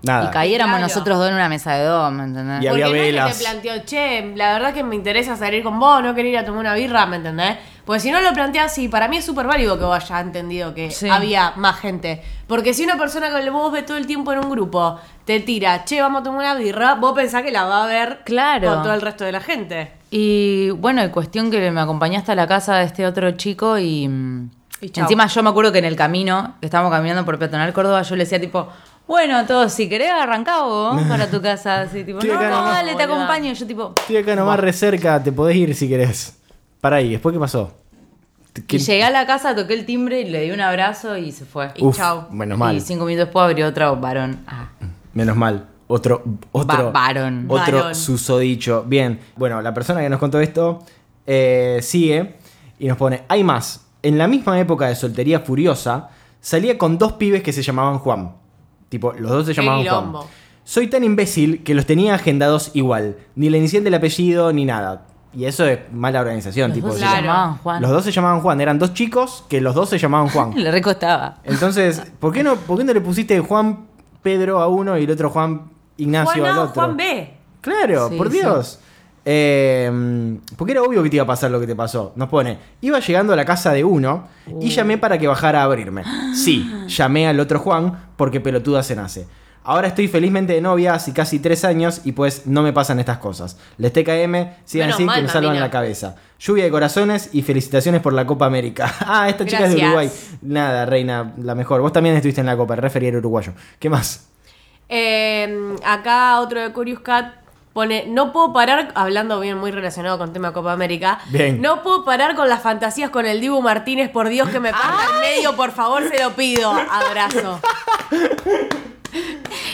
[SPEAKER 2] Nada.
[SPEAKER 1] Y caíéramos
[SPEAKER 3] Claro.
[SPEAKER 1] nosotros dos en una mesa de dos, ¿me entendés?
[SPEAKER 2] Y a-
[SPEAKER 3] Porque
[SPEAKER 2] había
[SPEAKER 3] no es que
[SPEAKER 2] velas.
[SPEAKER 3] te planteó, che, la verdad que me interesa salir con vos, no quería ir a tomar una birra, ¿me entendés? Porque si no lo planteas, sí, para mí es súper válido que vos hayas entendido que
[SPEAKER 1] Sí.
[SPEAKER 3] había más gente. Porque si una persona que vos ves todo el tiempo en un grupo te tira, che, vamos a tomar una birra, vos pensás que la va a ver
[SPEAKER 1] Claro.
[SPEAKER 3] con todo el resto de la gente.
[SPEAKER 1] Y bueno, y cuestión que me acompañaste a la casa de este otro chico y, mm,
[SPEAKER 3] Y chau.
[SPEAKER 1] encima yo me acuerdo que en el camino, que estábamos caminando por Peatonal Córdoba, yo le decía tipo, bueno, todos, si querés arrancá vos para tu casa, así tipo,
[SPEAKER 2] Estoy
[SPEAKER 1] no,
[SPEAKER 2] acá nomás.
[SPEAKER 1] dale, te
[SPEAKER 3] Boluda.
[SPEAKER 1] acompaño, Y yo tipo,
[SPEAKER 2] Estoy acá nomás re cerca, te podés ir si querés. Para ahí, ¿después qué pasó? ¿Qué-
[SPEAKER 1] y llegué a la casa, toqué el timbre y le di un abrazo y se fue.
[SPEAKER 3] y
[SPEAKER 2] Uf,
[SPEAKER 3] chau.
[SPEAKER 2] Menos mal.
[SPEAKER 1] Y cinco minutos después abrió otro varón. Ah.
[SPEAKER 2] Menos mal. Otro,
[SPEAKER 1] Va-
[SPEAKER 2] otro,
[SPEAKER 1] varón.
[SPEAKER 2] otro
[SPEAKER 3] Varón.
[SPEAKER 2] susodicho. Bien, bueno, la persona que nos contó esto eh, sigue y nos pone, hay más, en la misma época de soltería furiosa, salía con dos pibes que se llamaban Juan. Tipo, los dos se
[SPEAKER 3] Qué
[SPEAKER 2] llamaban
[SPEAKER 3] quilombo.
[SPEAKER 2] Juan. Soy tan imbécil que los tenía agendados igual, ni la inicial del apellido ni nada. Y eso es mala organización.
[SPEAKER 1] Los
[SPEAKER 2] tipo,
[SPEAKER 1] dos se
[SPEAKER 2] se llama-
[SPEAKER 1] llamaban Ah, Juan.
[SPEAKER 2] los dos se llamaban Juan, eran dos chicos que los dos se llamaban Juan.
[SPEAKER 1] Le recostaba.
[SPEAKER 2] Entonces, ¿por qué no, por qué no le pusiste Juan Pedro a uno y el otro Juan Ignacio
[SPEAKER 3] Juan A,
[SPEAKER 2] al otro?
[SPEAKER 3] Juan B.
[SPEAKER 2] Claro,
[SPEAKER 1] Sí,
[SPEAKER 2] por
[SPEAKER 1] sí.
[SPEAKER 2] Dios. Eh, porque era obvio que te iba a pasar lo que te pasó. Nos pone, iba llegando a la casa de uno
[SPEAKER 3] Uh.
[SPEAKER 2] y llamé para que bajara a abrirme. Sí, llamé al otro Juan porque pelotuda se nace. Ahora estoy felizmente de novia hace casi tres años y pues no me pasan estas cosas. Les TKM, sigan
[SPEAKER 3] Menos
[SPEAKER 2] así
[SPEAKER 3] mal,
[SPEAKER 2] que me salvan
[SPEAKER 3] mamina.
[SPEAKER 2] la cabeza. Lluvia de corazones y felicitaciones por la Copa América. Ah, esta chica es de
[SPEAKER 3] Gracias.
[SPEAKER 2] Uruguay. Nada, reina, la mejor. Vos también estuviste en la Copa, el referí era uruguayo. ¿Qué más?
[SPEAKER 3] Eh, acá otro de Curious Cat pone, no puedo parar, hablando bien muy relacionado con tema Copa América,
[SPEAKER 2] Bien.
[SPEAKER 3] no puedo parar con las fantasías con el Dibu Martínez, por Dios que me parta en medio, por favor, se lo pido, abrazo.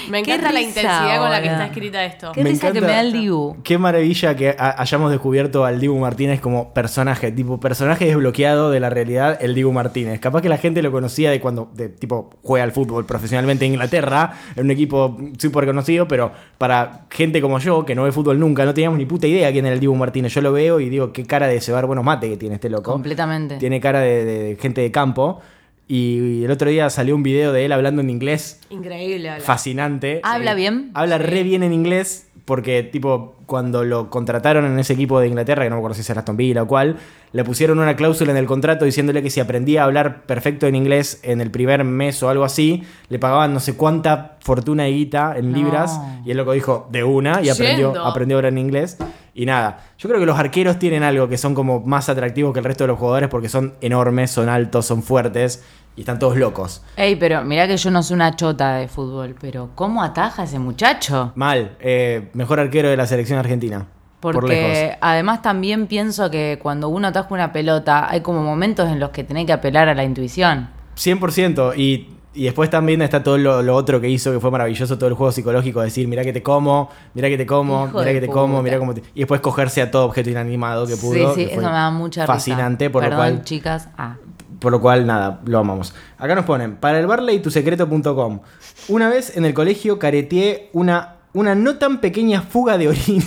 [SPEAKER 3] Me
[SPEAKER 1] Qué
[SPEAKER 3] encanta la
[SPEAKER 1] risa
[SPEAKER 3] intensidad con la que
[SPEAKER 1] ahora.
[SPEAKER 3] está escrita esto.
[SPEAKER 1] Qué risa que me da el Dibu.
[SPEAKER 2] Qué maravilla que ha- hayamos descubierto al Dibu Martínez como personaje, tipo personaje desbloqueado de la realidad, el Dibu Martínez. Capaz que la gente lo conocía de cuando, de, tipo, juega al fútbol profesionalmente en Inglaterra, en un equipo súper conocido, pero para gente como yo, que no ve fútbol nunca, no teníamos ni puta idea quién era el Dibu Martínez. Yo lo veo y digo, qué cara de cebar buenos mate que tiene este loco.
[SPEAKER 1] Completamente.
[SPEAKER 2] Tiene cara de, de gente de campo. Y, el otro día salió un video de él hablando en inglés
[SPEAKER 3] Increíble. habla.
[SPEAKER 2] fascinante.
[SPEAKER 1] ¿Habla
[SPEAKER 2] Eh,
[SPEAKER 1] bien?
[SPEAKER 2] Habla re bien en inglés porque, tipo, cuando lo contrataron en ese equipo de Inglaterra, que no me acuerdo si es el Aston Villa o cuál, le pusieron una cláusula en el contrato diciéndole que si aprendía a hablar perfecto en inglés en el primer mes o algo así, le pagaban no sé cuánta fortuna de guita en
[SPEAKER 1] No.
[SPEAKER 2] libras. Y el loco dijo, de una, y aprendió,
[SPEAKER 3] Yendo.
[SPEAKER 2] aprendió a hablar en inglés. Y nada, yo creo que los arqueros tienen algo que son como más atractivos que el resto de los jugadores porque son enormes, son altos, son fuertes y están todos locos.
[SPEAKER 1] Ey, pero mirá que yo no soy una chota de fútbol, pero ¿cómo ataja ese muchacho?
[SPEAKER 2] Mal, eh, mejor arquero de la selección argentina.
[SPEAKER 1] Porque
[SPEAKER 2] por lejos.
[SPEAKER 1] además también pienso que cuando uno ataja una pelota, hay como momentos en los que tenés que apelar a la intuición.
[SPEAKER 2] 100%. Y, y después también está todo lo, lo otro que hizo, que fue maravilloso, todo el juego psicológico, decir, mirá que te como, mirá que te como,
[SPEAKER 1] Hijo
[SPEAKER 2] mirá
[SPEAKER 1] de
[SPEAKER 2] que te como,
[SPEAKER 1] puta.
[SPEAKER 2] mirá cómo te... Y después cogerse a todo objeto inanimado que pudo.
[SPEAKER 1] sí,
[SPEAKER 2] que
[SPEAKER 1] sí, eso
[SPEAKER 2] fue
[SPEAKER 1] me da mucha risa.
[SPEAKER 2] Fascinante, por
[SPEAKER 1] Perdón,
[SPEAKER 2] lo cual...
[SPEAKER 1] chicas. Ah.
[SPEAKER 2] Por lo cual, nada, lo amamos. Acá nos ponen, para el barley tu secreto.com. Una vez en el colegio careteé una, una no tan pequeña fuga de orina.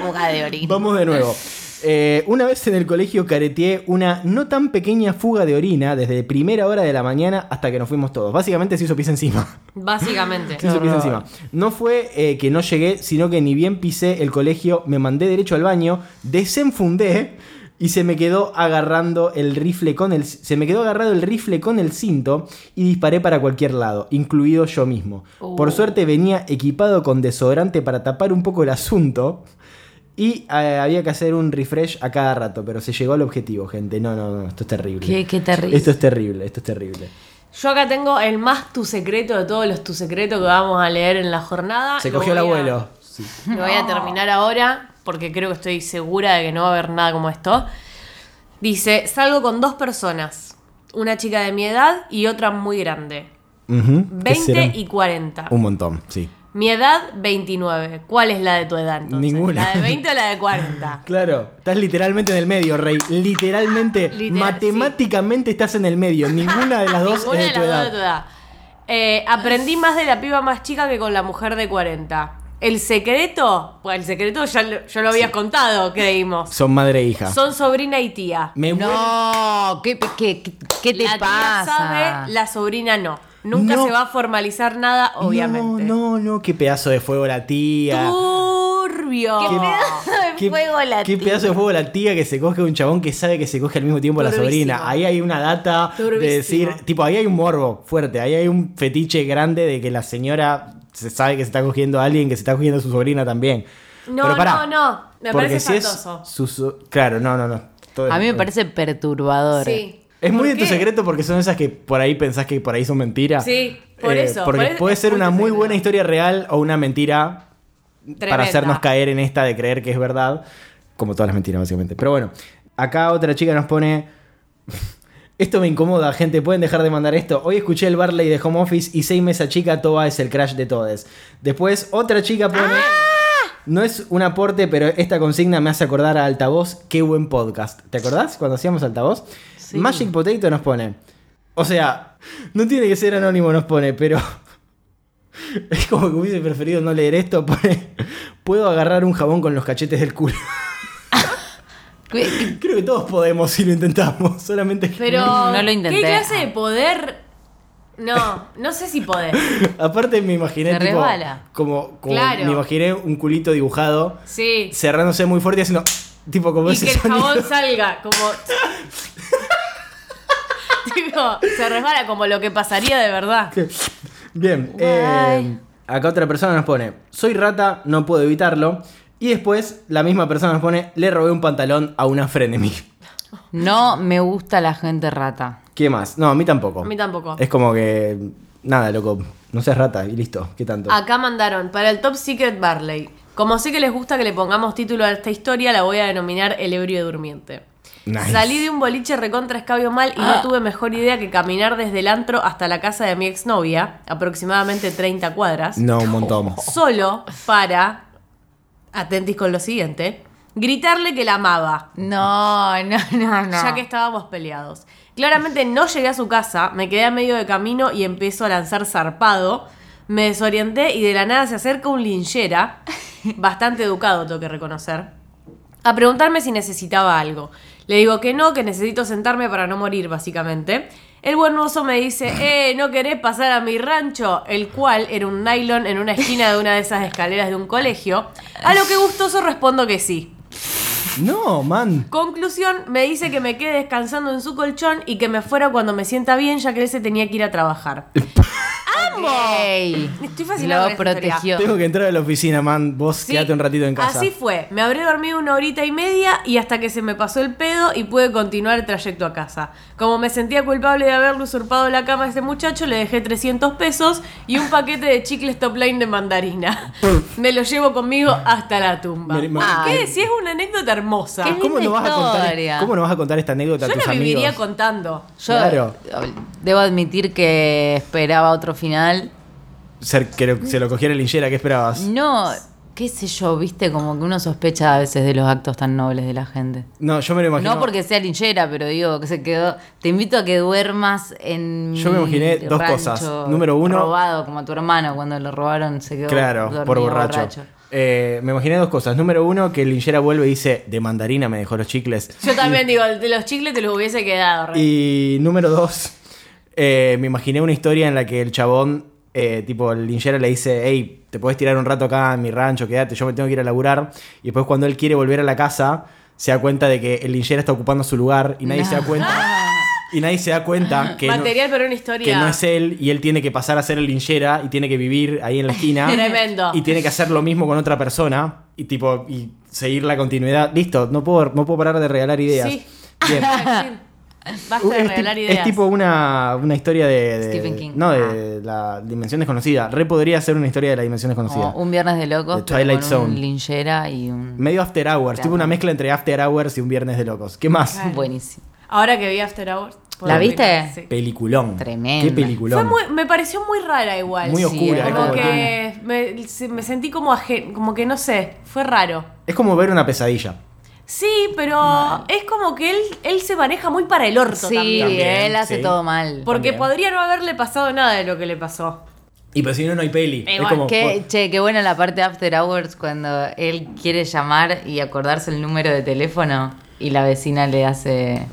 [SPEAKER 1] Fuga de orina.
[SPEAKER 2] Vamos de nuevo. Eh, una vez en el colegio careteé una no tan pequeña fuga de orina desde primera hora de la mañana hasta que nos fuimos todos. Básicamente se hizo pis encima.
[SPEAKER 3] Básicamente.
[SPEAKER 2] Se hizo pis encima. No fue eh, que no llegué, sino que ni bien pisé el colegio, me mandé derecho al baño, desenfundé y se me quedó agarrando el rifle con el se me quedó agarrado el rifle con el cinto y disparé para cualquier lado, incluido yo mismo.
[SPEAKER 3] Uh.
[SPEAKER 2] Por suerte venía equipado con desodorante para tapar un poco el asunto. Y eh, había que hacer un refresh a cada rato, pero se llegó al objetivo, gente. No, no, no, esto es terrible.
[SPEAKER 1] Qué- qué terrible.
[SPEAKER 2] Esto es terrible, esto es terrible.
[SPEAKER 3] Yo acá tengo el más tu secreto de todos los tu secreto que vamos a leer en la jornada.
[SPEAKER 2] Se
[SPEAKER 3] Ah, Lo
[SPEAKER 2] cogió el
[SPEAKER 3] voy a-
[SPEAKER 2] abuelo. Sí.
[SPEAKER 3] Lo voy a terminar ahora porque creo que estoy segura de que no va a haber nada como esto. Dice, salgo con dos personas, una chica de mi edad y otra muy grande.
[SPEAKER 2] Ujú, que
[SPEAKER 3] 20
[SPEAKER 2] serán
[SPEAKER 3] y 40.
[SPEAKER 2] Un montón, sí.
[SPEAKER 3] Mi edad, 29. ¿Cuál es la de tu edad entonces?
[SPEAKER 2] Ninguna.
[SPEAKER 3] ¿La de 20 o la de 40?
[SPEAKER 2] Claro, estás literalmente en el medio, Rey. Literalmente,
[SPEAKER 3] Literal,
[SPEAKER 2] matemáticamente estás en el medio. Ninguna de las dos
[SPEAKER 3] Ninguna
[SPEAKER 2] es de
[SPEAKER 3] de
[SPEAKER 2] tu
[SPEAKER 3] las dos
[SPEAKER 2] edad.
[SPEAKER 3] de tu edad. Eh, aprendí más de la piba más chica que con la mujer de 40. El secreto, pues el secreto ya lo, ya lo habías contado, creímos.
[SPEAKER 2] Son madre e hija.
[SPEAKER 3] Son sobrina y tía.
[SPEAKER 2] Me vuelve-
[SPEAKER 1] No, ¿qué, qué, qué- qué te
[SPEAKER 3] la
[SPEAKER 1] pasa?
[SPEAKER 3] tía sabe, la sobrina no. Nunca
[SPEAKER 2] No.
[SPEAKER 3] se va a formalizar nada, obviamente.
[SPEAKER 2] No, no, no, qué pedazo de fuego la tía.
[SPEAKER 3] Turbio.
[SPEAKER 2] Qué
[SPEAKER 1] Qué fuego la
[SPEAKER 2] qué
[SPEAKER 1] tía.
[SPEAKER 2] pedazo de fuego la tía que se coge a un chabón que sabe que se coge al mismo tiempo a la
[SPEAKER 3] Turbísimo.
[SPEAKER 2] sobrina. Ahí hay una data de
[SPEAKER 3] Turbísimo.
[SPEAKER 2] decir, tipo, ahí hay un morbo fuerte, ahí hay un fetiche grande de que la señora se sabe que se está cogiendo a alguien, que se está cogiendo a su sobrina también.
[SPEAKER 3] No,
[SPEAKER 2] Pero pará,
[SPEAKER 3] no, no, me
[SPEAKER 2] porque
[SPEAKER 3] parece
[SPEAKER 2] si es
[SPEAKER 3] espantoso.
[SPEAKER 2] su- su- claro, no, no, no. Todo-
[SPEAKER 1] A mí me parece perturbador.
[SPEAKER 3] Sí.
[SPEAKER 2] Es muy
[SPEAKER 3] ¿Por
[SPEAKER 2] de tu
[SPEAKER 3] qué?
[SPEAKER 2] secreto porque son esas que por ahí pensás que por ahí son mentiras.
[SPEAKER 3] Sí, por eso,
[SPEAKER 2] Porque
[SPEAKER 3] por eso
[SPEAKER 2] puede
[SPEAKER 3] es
[SPEAKER 2] ser
[SPEAKER 3] muy
[SPEAKER 2] una
[SPEAKER 3] tu
[SPEAKER 2] muy
[SPEAKER 3] secreto.
[SPEAKER 2] buena historia real o una mentira para
[SPEAKER 3] Tremenda.
[SPEAKER 2] hacernos caer en esta de creer que es verdad. Como todas las mentiras, básicamente. Pero bueno, acá otra chica nos pone. Esto me incomoda, gente. Pueden dejar de mandar esto. Hoy escuché el Barley de Home Office y seis esa chica Toba es el crash de todes. Después, otra chica pone. No es un aporte, pero esta consigna me hace acordar a Altavoz. Qué buen podcast. ¿Te acordás cuando hacíamos Altavoz?
[SPEAKER 1] Sí.
[SPEAKER 2] Magic Potato nos pone. O sea, no tiene que ser anónimo, nos pone, pero. Es como que hubiese preferido no leer esto. Pone, Puedo agarrar un jabón con los cachetes del culo.
[SPEAKER 1] ¿Qué-
[SPEAKER 2] Creo que todos podemos si lo intentamos. Solamente que-
[SPEAKER 3] Pero.
[SPEAKER 1] No, no lo intenté.
[SPEAKER 3] ¿Qué clase de poder? No, no sé si poder.
[SPEAKER 2] Aparte me imaginé
[SPEAKER 1] Se
[SPEAKER 2] tipo,
[SPEAKER 1] resbala.
[SPEAKER 2] como, como
[SPEAKER 3] Claro.
[SPEAKER 2] me imaginé un culito dibujado
[SPEAKER 3] Sí.
[SPEAKER 2] cerrándose muy fuerte y haciendo tipo como
[SPEAKER 3] Y
[SPEAKER 2] ese
[SPEAKER 3] que el
[SPEAKER 2] sonido.
[SPEAKER 3] jabón salga como. Digo, se resbala como lo que pasaría de verdad.
[SPEAKER 2] Bien. eh, acá otra persona nos pone, soy rata, no puedo evitarlo. Y después la misma persona nos pone, le robé un pantalón a una frenemy.
[SPEAKER 1] No me gusta la gente rata.
[SPEAKER 2] ¿Qué más? No, a mí tampoco.
[SPEAKER 3] A mí tampoco.
[SPEAKER 2] Es como que, nada, loco, no seas rata y listo. ¿Qué tanto?
[SPEAKER 3] Acá mandaron para el Top Secret Barley. Como sé que les gusta que le pongamos título a esta historia, la voy a denominar El ebrio durmiente.
[SPEAKER 2] Nice.
[SPEAKER 3] Salí de un boliche recontra escabio mal y no tuve mejor idea que caminar desde el antro hasta la casa de mi exnovia, aproximadamente 30 cuadras.
[SPEAKER 2] No, un montón.
[SPEAKER 3] solo para, atentis con lo siguiente, gritarle que la amaba,
[SPEAKER 1] No, no, no, no.
[SPEAKER 3] ya que estábamos peleados. Claramente no llegué a su casa, me quedé a medio de camino y empezó a lanzar zarpado. Me desorienté y de la nada se acerca un linchera, bastante educado tengo que reconocer, a preguntarme si necesitaba algo. Le digo que no, que necesito sentarme para no morir, básicamente. El buen mozo me dice, eh, ¿no querés pasar a mi rancho? El cual era un nylon en una esquina de una de esas escaleras de un colegio. A lo que gustoso respondo que sí.
[SPEAKER 2] No, man.
[SPEAKER 3] Conclusión, me dice que me quede descansando en su colchón y que me fuera cuando me sienta bien, ya que él se tenía que ir a trabajar.
[SPEAKER 1] Ey.
[SPEAKER 3] Estoy fascinada
[SPEAKER 1] Lo
[SPEAKER 3] con esta historia.
[SPEAKER 1] protegió.
[SPEAKER 2] Tengo que entrar a la oficina, man. Vos
[SPEAKER 3] Sí,
[SPEAKER 2] quédate un ratito en casa.
[SPEAKER 3] Así fue. Me habré dormido una horita y media y hasta que se me pasó el pedo y pude continuar el trayecto a casa. Como me sentía culpable de haberle usurpado la cama a ese muchacho, le dejé 300 pesos y un paquete de chicles top line de mandarina. me lo llevo conmigo hasta la tumba.
[SPEAKER 2] Me- me-
[SPEAKER 3] ¿Por
[SPEAKER 1] Ay.
[SPEAKER 3] ¿Qué? Si es una anécdota hermosa.
[SPEAKER 1] Qué
[SPEAKER 2] ¿Cómo
[SPEAKER 1] linda
[SPEAKER 2] no, vas a contar,
[SPEAKER 1] historia.
[SPEAKER 2] ¿Cómo no vas a contar esta anécdota
[SPEAKER 3] Yo
[SPEAKER 2] a tus
[SPEAKER 3] la
[SPEAKER 2] amigos?
[SPEAKER 3] viviría contando.
[SPEAKER 1] Yo oh,
[SPEAKER 2] Claro.
[SPEAKER 1] debo admitir que esperaba otro final.
[SPEAKER 2] Ser- que lo- se lo cogiera linchera, ¿qué esperabas?
[SPEAKER 1] No, qué sé yo, viste, como que uno sospecha a veces de los actos tan nobles de la gente.
[SPEAKER 2] No, yo me lo imagino.
[SPEAKER 1] No porque sea linchera, pero digo que se quedó. Te invito a que duermas en.
[SPEAKER 2] Yo me
[SPEAKER 1] mi
[SPEAKER 2] imaginé dos
[SPEAKER 1] rancho
[SPEAKER 2] cosas. Número uno-
[SPEAKER 1] Robado, como a tu hermano cuando lo robaron, se quedó.
[SPEAKER 2] Claro,
[SPEAKER 1] dormido,
[SPEAKER 2] por borracho. Eh, me imaginé dos cosas. Número uno, que linchera vuelve y dice, de mandarina me dejó los chicles.
[SPEAKER 3] Yo también digo, de los chicles te los hubiese quedado. re.
[SPEAKER 2] Y número dos, eh, me imaginé una historia en la que el chabón, eh, tipo, el linchera le dice, hey, te puedes tirar un rato acá en mi rancho, quédate, yo me tengo que ir a laburar. Y después cuando él quiere volver a la casa, se da cuenta de que el linchera está ocupando su lugar y nadie
[SPEAKER 1] No.
[SPEAKER 2] se da cuenta. Y nadie se da cuenta que, no,
[SPEAKER 3] Material para una
[SPEAKER 2] que
[SPEAKER 3] historia.
[SPEAKER 2] no es él y él tiene que pasar a ser el linchera y tiene que vivir ahí en la esquina.
[SPEAKER 3] Tremendo.
[SPEAKER 2] Y tiene que hacer lo mismo con otra persona y tipo y seguir la continuidad. Listo, no puedo, no puedo parar de regalar ideas.
[SPEAKER 3] Sí.
[SPEAKER 2] Bien.
[SPEAKER 3] Basta de
[SPEAKER 2] Uh, Es ti-
[SPEAKER 3] regalar
[SPEAKER 2] es
[SPEAKER 3] ideas.
[SPEAKER 2] tipo una, una historia de, de-
[SPEAKER 1] Stephen King. Ah.
[SPEAKER 2] No, de la dimensión desconocida. Re podría ser una historia de la dimensión
[SPEAKER 1] Como
[SPEAKER 2] desconocida.
[SPEAKER 1] Oh, un viernes de locos,
[SPEAKER 2] The
[SPEAKER 1] pero
[SPEAKER 2] Twilight
[SPEAKER 1] con
[SPEAKER 2] Zone.
[SPEAKER 1] un linchera y un...
[SPEAKER 2] Medio After Hours,
[SPEAKER 1] Claro.
[SPEAKER 2] tipo una mezcla entre After Hours y un Viernes de Locos. ¿Qué más?
[SPEAKER 1] Buenísimo.
[SPEAKER 3] Ahora que vi After Hours.
[SPEAKER 1] ¿La
[SPEAKER 3] puedo
[SPEAKER 1] viste?
[SPEAKER 3] opinar, sí.
[SPEAKER 2] Peliculón.
[SPEAKER 1] Tremenda.
[SPEAKER 2] Qué peliculón.
[SPEAKER 3] Fue muy- me pareció muy rara igual.
[SPEAKER 2] Muy
[SPEAKER 1] Sí,
[SPEAKER 2] oscura.
[SPEAKER 1] es
[SPEAKER 2] es,
[SPEAKER 1] verdad.
[SPEAKER 3] Como
[SPEAKER 2] como,
[SPEAKER 3] que me, se- me sentí como aje- como que no sé, fue raro.
[SPEAKER 2] es como ver una pesadilla.
[SPEAKER 3] Sí, pero es como que él, él se maneja muy para el orto
[SPEAKER 1] Sí,
[SPEAKER 3] también.
[SPEAKER 2] También,
[SPEAKER 1] él hace
[SPEAKER 2] sí.
[SPEAKER 1] todo mal.
[SPEAKER 3] Porque
[SPEAKER 2] también.
[SPEAKER 3] podría no haberle pasado nada de lo que le pasó.
[SPEAKER 2] Y pero si no, no hay peli.
[SPEAKER 3] Eh,
[SPEAKER 2] Es
[SPEAKER 3] bueno,
[SPEAKER 2] como,
[SPEAKER 1] Qué,
[SPEAKER 2] po-
[SPEAKER 1] che, qué buena la parte de After Hours cuando él quiere llamar y acordarse el número de teléfono y la vecina le hace...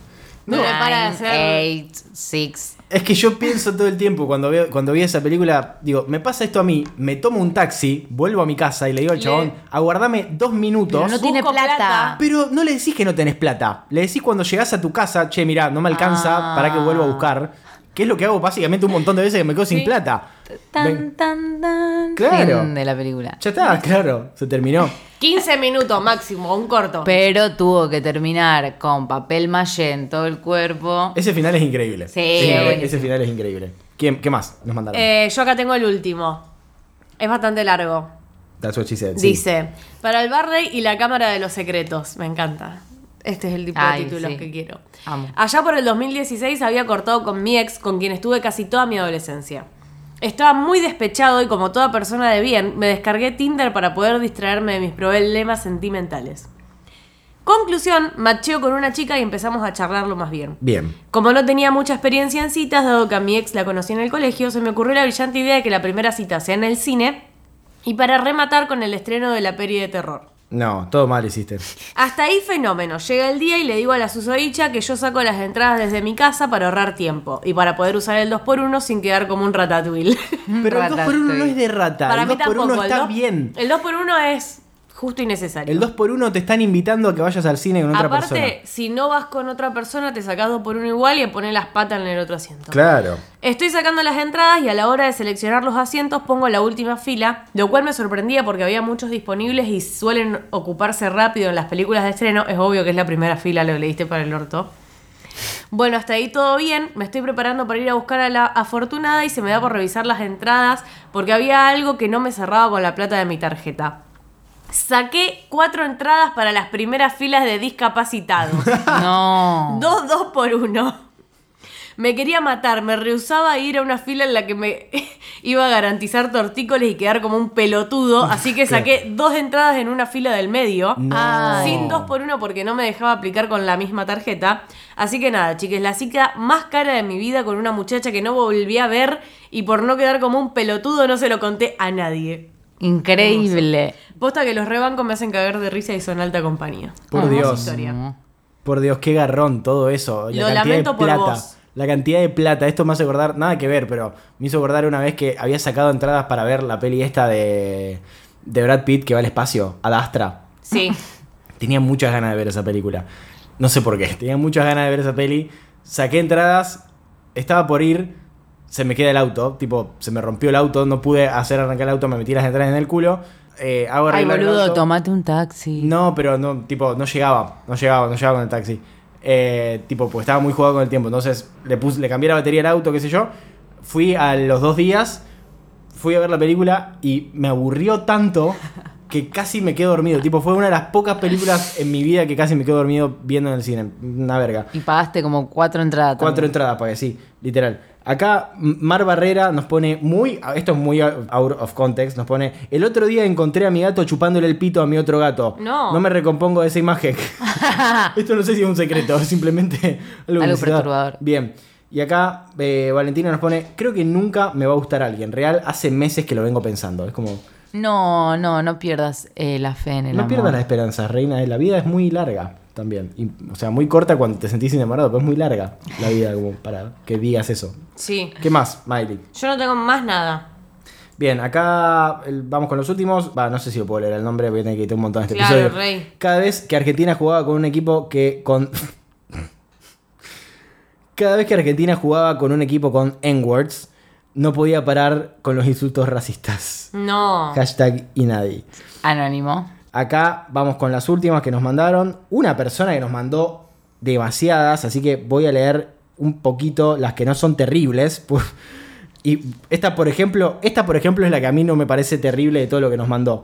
[SPEAKER 3] No,
[SPEAKER 1] nine,
[SPEAKER 3] para de hacer-
[SPEAKER 1] eight, six.
[SPEAKER 2] Es que yo pienso todo el tiempo cuando veo cuando vi esa película, digo, me pasa esto a mí, me tomo un taxi, vuelvo a mi casa y le digo al
[SPEAKER 3] Le-
[SPEAKER 2] chabón, aguardame dos minutos.
[SPEAKER 1] Pero no tiene
[SPEAKER 3] Busco
[SPEAKER 1] plata.
[SPEAKER 3] plata.
[SPEAKER 2] Pero no le decís que no tenés plata. Le decís cuando llegás a tu casa, che, mirá, no me alcanza,
[SPEAKER 1] Ah.
[SPEAKER 2] para que vuelva a buscar. Que es lo que hago básicamente un montón de veces que me quedo sin
[SPEAKER 3] Sí.
[SPEAKER 2] plata. Ven-
[SPEAKER 1] Tan, tan, tan.
[SPEAKER 2] Claro.
[SPEAKER 1] Fin de la película.
[SPEAKER 2] Ya está, claro, se terminó.
[SPEAKER 3] 15 minutos máximo, un corto.
[SPEAKER 1] Pero tuvo que terminar con papel mallé en todo el cuerpo.
[SPEAKER 2] Ese final es increíble.
[SPEAKER 1] Sí,
[SPEAKER 2] Ese-
[SPEAKER 1] buenísimo.
[SPEAKER 2] ese final es increíble. ¿Quién- ¿Qué más nos mandaron?
[SPEAKER 3] Eh, yo acá tengo el último. Es bastante largo.
[SPEAKER 2] That's what she said, sí.
[SPEAKER 3] Dice, para el Barley y la Cámara de los Secretos. Me encanta. Este es el tipo
[SPEAKER 1] Ay,
[SPEAKER 3] de títulos
[SPEAKER 1] sí.
[SPEAKER 3] que quiero.
[SPEAKER 1] Amo.
[SPEAKER 3] Allá por el 2016 había cortado con mi ex, con quien estuve casi toda mi adolescencia. Estaba muy despechado y como toda persona de bien, me descargué Tinder para poder distraerme de mis problemas sentimentales. Conclusión, macheo con una chica y empezamos a charlarlo más bien.
[SPEAKER 2] Bien.
[SPEAKER 3] Como no tenía mucha experiencia en citas, dado que a mi ex la conocí en el colegio, se me ocurrió la brillante idea de que la primera cita sea en el cine y para rematar con el estreno de la peli de terror.
[SPEAKER 2] No, todo mal hiciste.
[SPEAKER 3] Hasta ahí fenómeno. Llega el día y le digo a la susodicha que yo saco las entradas desde mi casa para ahorrar tiempo y para poder usar el 2x1 sin quedar como un ratatouille.
[SPEAKER 2] Pero el 2 por 1 no es de rata.
[SPEAKER 3] para
[SPEAKER 2] el
[SPEAKER 3] mí
[SPEAKER 2] 2 por 1
[SPEAKER 3] tampoco. el
[SPEAKER 2] está
[SPEAKER 3] dos-
[SPEAKER 2] bien.
[SPEAKER 3] El 2x1 es justo y necesario.
[SPEAKER 2] El 2 por 1 te están invitando a que vayas al cine con otra
[SPEAKER 3] Aparte,
[SPEAKER 2] persona.
[SPEAKER 3] si no vas con otra persona, te sacas 2x1 igual y pones las patas en el otro asiento.
[SPEAKER 2] Claro.
[SPEAKER 3] Estoy sacando las entradas y a la hora de seleccionar los asientos pongo la última fila, lo cual me sorprendía porque había muchos disponibles y suelen ocuparse rápido en las películas de estreno. Es obvio que es la primera fila, lo leíste para el orto. Bueno, hasta ahí todo bien. Me estoy preparando para ir a buscar a la afortunada y se me da por revisar las entradas porque había algo que no me cerraba con la plata de mi tarjeta. Saqué cuatro entradas para las primeras filas de discapacitados.
[SPEAKER 2] Oh.
[SPEAKER 1] No.
[SPEAKER 3] Dos, dos por uno. Me quería matar, me rehusaba a ir a una fila en la que me iba a garantizar tortícolis y quedar como un pelotudo, así que saqué dos entradas en una fila del medio,
[SPEAKER 2] No.
[SPEAKER 1] Ay.
[SPEAKER 3] sin dos por uno porque no me dejaba aplicar con la misma tarjeta. Así que nada, chiques, la cita más cara de mi vida con una muchacha que no volví a ver y por no quedar como un pelotudo no se lo conté a nadie.
[SPEAKER 1] Increíble.
[SPEAKER 3] Posta que los rebancos me hacen cagar de risa y son alta compañía.
[SPEAKER 2] Por
[SPEAKER 3] Hermosa
[SPEAKER 2] Dios.
[SPEAKER 3] historia.
[SPEAKER 2] Por Dios, qué garrón todo eso. La
[SPEAKER 3] Lo
[SPEAKER 2] cantidad
[SPEAKER 3] lamento
[SPEAKER 2] de
[SPEAKER 3] por
[SPEAKER 2] plata.
[SPEAKER 3] vos.
[SPEAKER 2] La cantidad de plata. Esto me hace acordar, nada que ver, pero me hizo acordar una vez que había sacado entradas para ver la peli esta de, de Brad Pitt que va al espacio, Ad Astra.
[SPEAKER 3] Sí.
[SPEAKER 2] Tenía muchas ganas de ver esa película. No sé por qué. Tenía muchas ganas de ver esa peli. Saqué entradas. Estaba por ir. Se me queda el auto. Tipo, se me rompió el auto. No pude hacer arrancar el auto. Me metí las entradas en el culo. Eh, hago
[SPEAKER 1] Ay,
[SPEAKER 2] arreglar el
[SPEAKER 1] boludo,
[SPEAKER 2] auto.
[SPEAKER 1] tomate un taxi.
[SPEAKER 2] No, pero no, tipo, no llegaba, no llegaba, no llegaba con el taxi. Eh, tipo, pues estaba muy jugado con el tiempo. Entonces le puse, le cambié la batería al auto, qué sé yo. Fui a los dos días, fui a ver la película y me aburrió tanto que casi me quedo dormido. Tipo, fue una de las pocas películas en mi vida que casi me quedo dormido viendo en el cine. Una verga.
[SPEAKER 1] Y pagaste como cuatro entradas.
[SPEAKER 2] Cuatro
[SPEAKER 1] también.
[SPEAKER 2] entradas pagué, sí, literal. Acá M- Mar Barrera nos pone muy. Esto es muy out of context. Nos pone. El otro día encontré a mi gato chupándole el pito a mi otro gato.
[SPEAKER 3] No.
[SPEAKER 2] No me recompongo de esa imagen. esto no sé si es un secreto, es simplemente algo, que
[SPEAKER 1] Algo
[SPEAKER 2] se da.
[SPEAKER 1] perturbador.
[SPEAKER 2] Bien. Y acá eh, Valentina nos pone. Creo que nunca me va a gustar alguien. Real, hace meses que lo vengo pensando. Es como.
[SPEAKER 1] No, no, no pierdas eh, la fe en el
[SPEAKER 2] No
[SPEAKER 1] amor.
[SPEAKER 2] pierdas la esperanza, reina. eh, La vida es muy larga también. Y, o sea, muy corta cuando te sentís enamorado, pero es muy larga la vida como para que digas eso.
[SPEAKER 3] Sí.
[SPEAKER 2] ¿Qué más, Miley?
[SPEAKER 3] Yo no tengo más nada.
[SPEAKER 2] Bien, acá el- vamos con los últimos. Va, no sé si lo puedo leer el nombre, voy a tener que quitar un montón este
[SPEAKER 3] Claro,
[SPEAKER 2] episodio.
[SPEAKER 3] rey.
[SPEAKER 2] Cada vez que Argentina jugaba con un equipo que con. Cada vez que Argentina jugaba con un equipo con N-words, no podía parar con los insultos racistas.
[SPEAKER 3] No.
[SPEAKER 2] Hashtag y nadie.
[SPEAKER 1] Anónimo.
[SPEAKER 2] Acá vamos con las últimas que nos mandaron. Una persona que nos mandó demasiadas, así que voy a leer un poquito las que no son terribles. Pu- Y esta, por ejemplo, esta, por ejemplo, es la que a mí no me parece terrible de todo lo que nos mandó.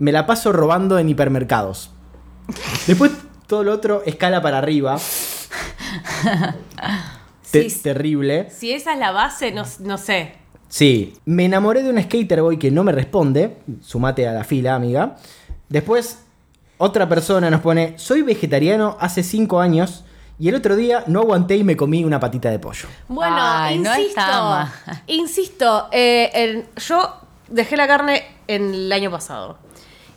[SPEAKER 2] Me la paso robando en hipermercados. Después todo lo otro escala para arriba. Te-
[SPEAKER 3] Sí.
[SPEAKER 2] Terrible.
[SPEAKER 3] Si esa es la base, no, no sé.
[SPEAKER 2] Sí. Me enamoré de un skater boy que no me responde. Sumate a la fila, amiga. Después, otra persona nos pone: Soy vegetariano hace 5 años y el otro día no aguanté y me comí una patita de pollo.
[SPEAKER 3] Bueno,
[SPEAKER 1] Ay, no
[SPEAKER 3] insisto.
[SPEAKER 1] está mal.
[SPEAKER 3] insisto, eh, el- yo dejé la carne en el año pasado.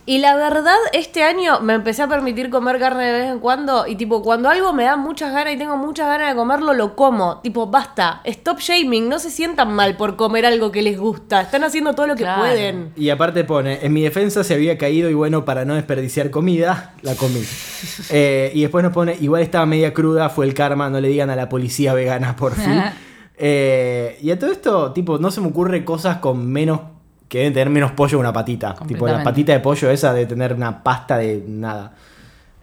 [SPEAKER 3] Y la verdad, este año me empecé a permitir comer carne de vez en cuando. Y tipo, cuando algo me da muchas ganas y tengo muchas ganas de comerlo, lo como. Tipo, basta, stop shaming, no se sientan mal por comer algo que les gusta. Están haciendo todo lo que
[SPEAKER 1] Claro.
[SPEAKER 3] pueden.
[SPEAKER 2] Y aparte pone: En mi defensa se había caído y bueno, para no desperdiciar comida, la comí. Eh, y después nos pone: Igual estaba media cruda, fue el karma, no le digan a la policía vegana, por fin. Eh, y a todo esto, tipo, no se me ocurre cosas con menos. Que deben tener menos pollo que una patita. Tipo, la
[SPEAKER 1] Completamente.
[SPEAKER 2] patita de pollo esa de tener una pasta de nada.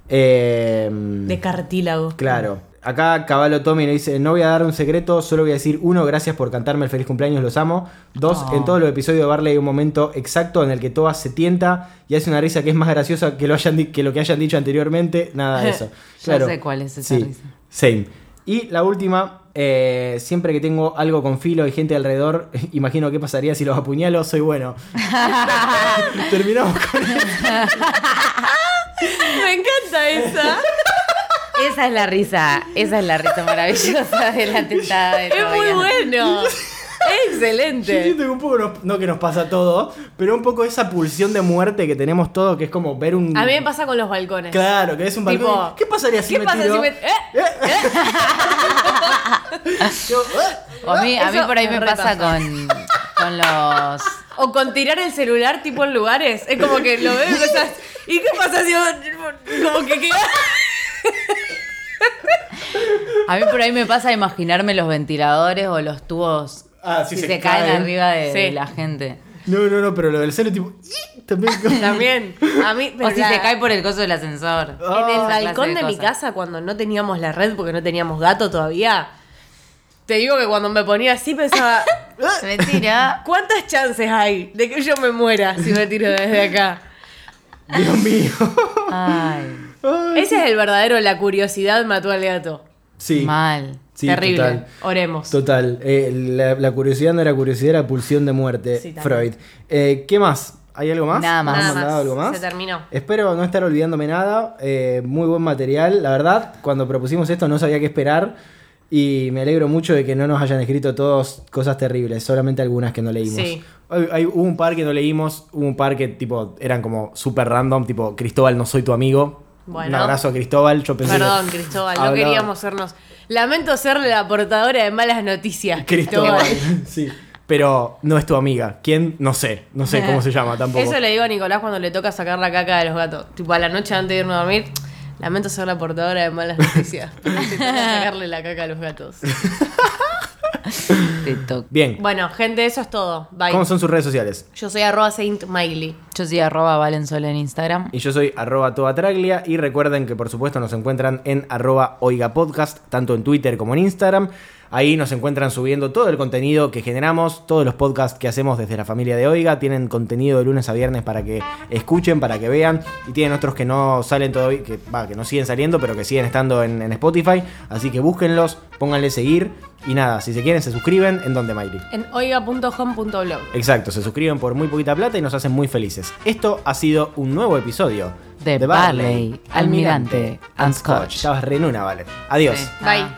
[SPEAKER 2] Eh,
[SPEAKER 3] De cartílago.
[SPEAKER 2] Claro. Acá Caballo Tommy nos dice, no voy a dar un secreto, solo voy a decir, uno, gracias por cantarme el feliz cumpleaños, los amo. Dos,
[SPEAKER 1] Oh.
[SPEAKER 2] en todos los episodios de Barley hay un momento exacto en el que Toa se tienta y hace una risa que es más graciosa que lo, hayan di- que, lo que hayan dicho anteriormente. Nada de eso.
[SPEAKER 1] Ya
[SPEAKER 2] Claro.
[SPEAKER 1] sé cuál es esa
[SPEAKER 2] Sí,
[SPEAKER 1] risa.
[SPEAKER 2] Same. Y la última, eh, siempre que tengo algo con filo y gente alrededor, imagino qué pasaría si los apuñalo, soy bueno. Terminamos con...
[SPEAKER 3] Me encanta esa.
[SPEAKER 1] Esa es la risa, esa es la risa maravillosa de la tentada de
[SPEAKER 3] es muy
[SPEAKER 1] Tobias.
[SPEAKER 3] bueno. Es
[SPEAKER 2] Yo
[SPEAKER 3] excelente.
[SPEAKER 2] siento que un poco, nos- no que nos pasa a todos, pero un poco esa pulsión de muerte que tenemos todos, que es como ver un...
[SPEAKER 3] A mí me pasa con los balcones.
[SPEAKER 2] Mm. Claro, que es un balcón.
[SPEAKER 3] Tipo,
[SPEAKER 2] ¿Qué pasaría si
[SPEAKER 3] ¿Qué
[SPEAKER 2] me
[SPEAKER 3] pasa
[SPEAKER 2] tiro?
[SPEAKER 3] si me.? ¡Eh!
[SPEAKER 2] Yo, "Ah".
[SPEAKER 1] O a mí, a mí
[SPEAKER 3] Eso
[SPEAKER 1] por ahí me
[SPEAKER 3] me
[SPEAKER 1] pasa
[SPEAKER 3] repasa.
[SPEAKER 1] con, con los...
[SPEAKER 3] O con tirar el celular tipo en lugares. Es como que lo ves y pensás, ¿y qué pasa si vos- como que queda?
[SPEAKER 1] A mí por ahí me pasa imaginarme los ventiladores o los tubos
[SPEAKER 2] Ah, si
[SPEAKER 1] si
[SPEAKER 2] se
[SPEAKER 1] se, caen,
[SPEAKER 2] caen.
[SPEAKER 1] arriba de,
[SPEAKER 3] Sí.
[SPEAKER 1] de la gente.
[SPEAKER 2] No, no, no, pero lo del celo tipo... "Ih", También como-
[SPEAKER 3] También. A mí,
[SPEAKER 1] o si se cae por el coso del ascensor.
[SPEAKER 3] En el
[SPEAKER 1] Esa clase
[SPEAKER 3] balcón de, mi
[SPEAKER 1] cosas.
[SPEAKER 3] casa, cuando no teníamos la red porque no teníamos gato todavía, te digo que cuando me ponía así pensaba,
[SPEAKER 1] Mentira.
[SPEAKER 3] ¿cuántas chances hay de que yo me muera si me tiro desde acá?
[SPEAKER 2] Dios mío.
[SPEAKER 1] Ay,
[SPEAKER 2] Ay.
[SPEAKER 3] Ese es el verdadero, la curiosidad mató al gato.
[SPEAKER 2] Sí.
[SPEAKER 1] mal.
[SPEAKER 2] sí,
[SPEAKER 3] Terrible.
[SPEAKER 2] total.
[SPEAKER 3] Oremos.
[SPEAKER 2] Total, eh, la, la curiosidad no era curiosidad, era pulsión de muerte,
[SPEAKER 3] Sí, también.
[SPEAKER 2] Freud. Eh, ¿Qué más? ¿Hay algo más?
[SPEAKER 1] Nada más.
[SPEAKER 2] ¿Nos han
[SPEAKER 1] Nada
[SPEAKER 2] mandado
[SPEAKER 3] más.
[SPEAKER 2] algo más?
[SPEAKER 3] Se terminó.
[SPEAKER 2] Espero no estar olvidándome nada. eh, muy buen material, la verdad. Cuando propusimos esto no sabía qué esperar. Y me alegro mucho de que no nos hayan escrito todos cosas terribles, solamente algunas que no leímos.
[SPEAKER 3] Sí.
[SPEAKER 2] Hay- hay- hubo un par que no leímos, hubo un par que tipo eran como super random, tipo Cristóbal, no soy tu amigo. Un
[SPEAKER 3] Bueno.
[SPEAKER 2] abrazo a Cristóbal, yo pensé. que-
[SPEAKER 3] Perdón, Cristóbal, no
[SPEAKER 2] Hablaba-
[SPEAKER 3] queríamos sernos. Lamento ser la aportadora de malas noticias.
[SPEAKER 2] Cristóbal, sí. Pero no es tu amiga. ¿Quién? No sé. No sé cómo se llama tampoco.
[SPEAKER 3] Eh, Eso le digo a Nicolás cuando le toca sacar la caca de los gatos. Tipo, a la noche antes de irme a dormir, lamento ser la portadora de malas noticias. Pero te toca sacarle la caca a los gatos.
[SPEAKER 1] Te toco.
[SPEAKER 2] Bien.
[SPEAKER 3] Bueno, gente, eso es todo. Bye.
[SPEAKER 2] ¿Cómo son sus redes sociales?
[SPEAKER 3] Yo soy arroba Saint Miley.
[SPEAKER 1] Yo soy arroba valensol en Instagram.
[SPEAKER 2] Y yo soy arroba toatraglia y recuerden que por supuesto nos encuentran en arroba oiga podcast, tanto en Twitter como en Instagram. Ahí nos encuentran subiendo todo el contenido que generamos, todos los podcasts que hacemos desde la familia de Oiga. Tienen contenido de lunes a viernes para que escuchen, para que vean. Y tienen otros que no salen todavía, que, va, que no siguen saliendo, pero que siguen estando en, en Spotify. Así que búsquenlos, pónganle seguir. Y nada, si se quieren, se suscriben. ¿En donde, Mayri?
[SPEAKER 3] En oiga.home.blog.
[SPEAKER 2] Exacto, se suscriben por muy poquita plata y nos hacen muy felices. Esto ha sido un nuevo episodio
[SPEAKER 1] De Barley, Almirante and Scotch.
[SPEAKER 2] Estabas re en una, vale. Adiós.
[SPEAKER 1] Sí.
[SPEAKER 3] Bye.
[SPEAKER 1] Ah,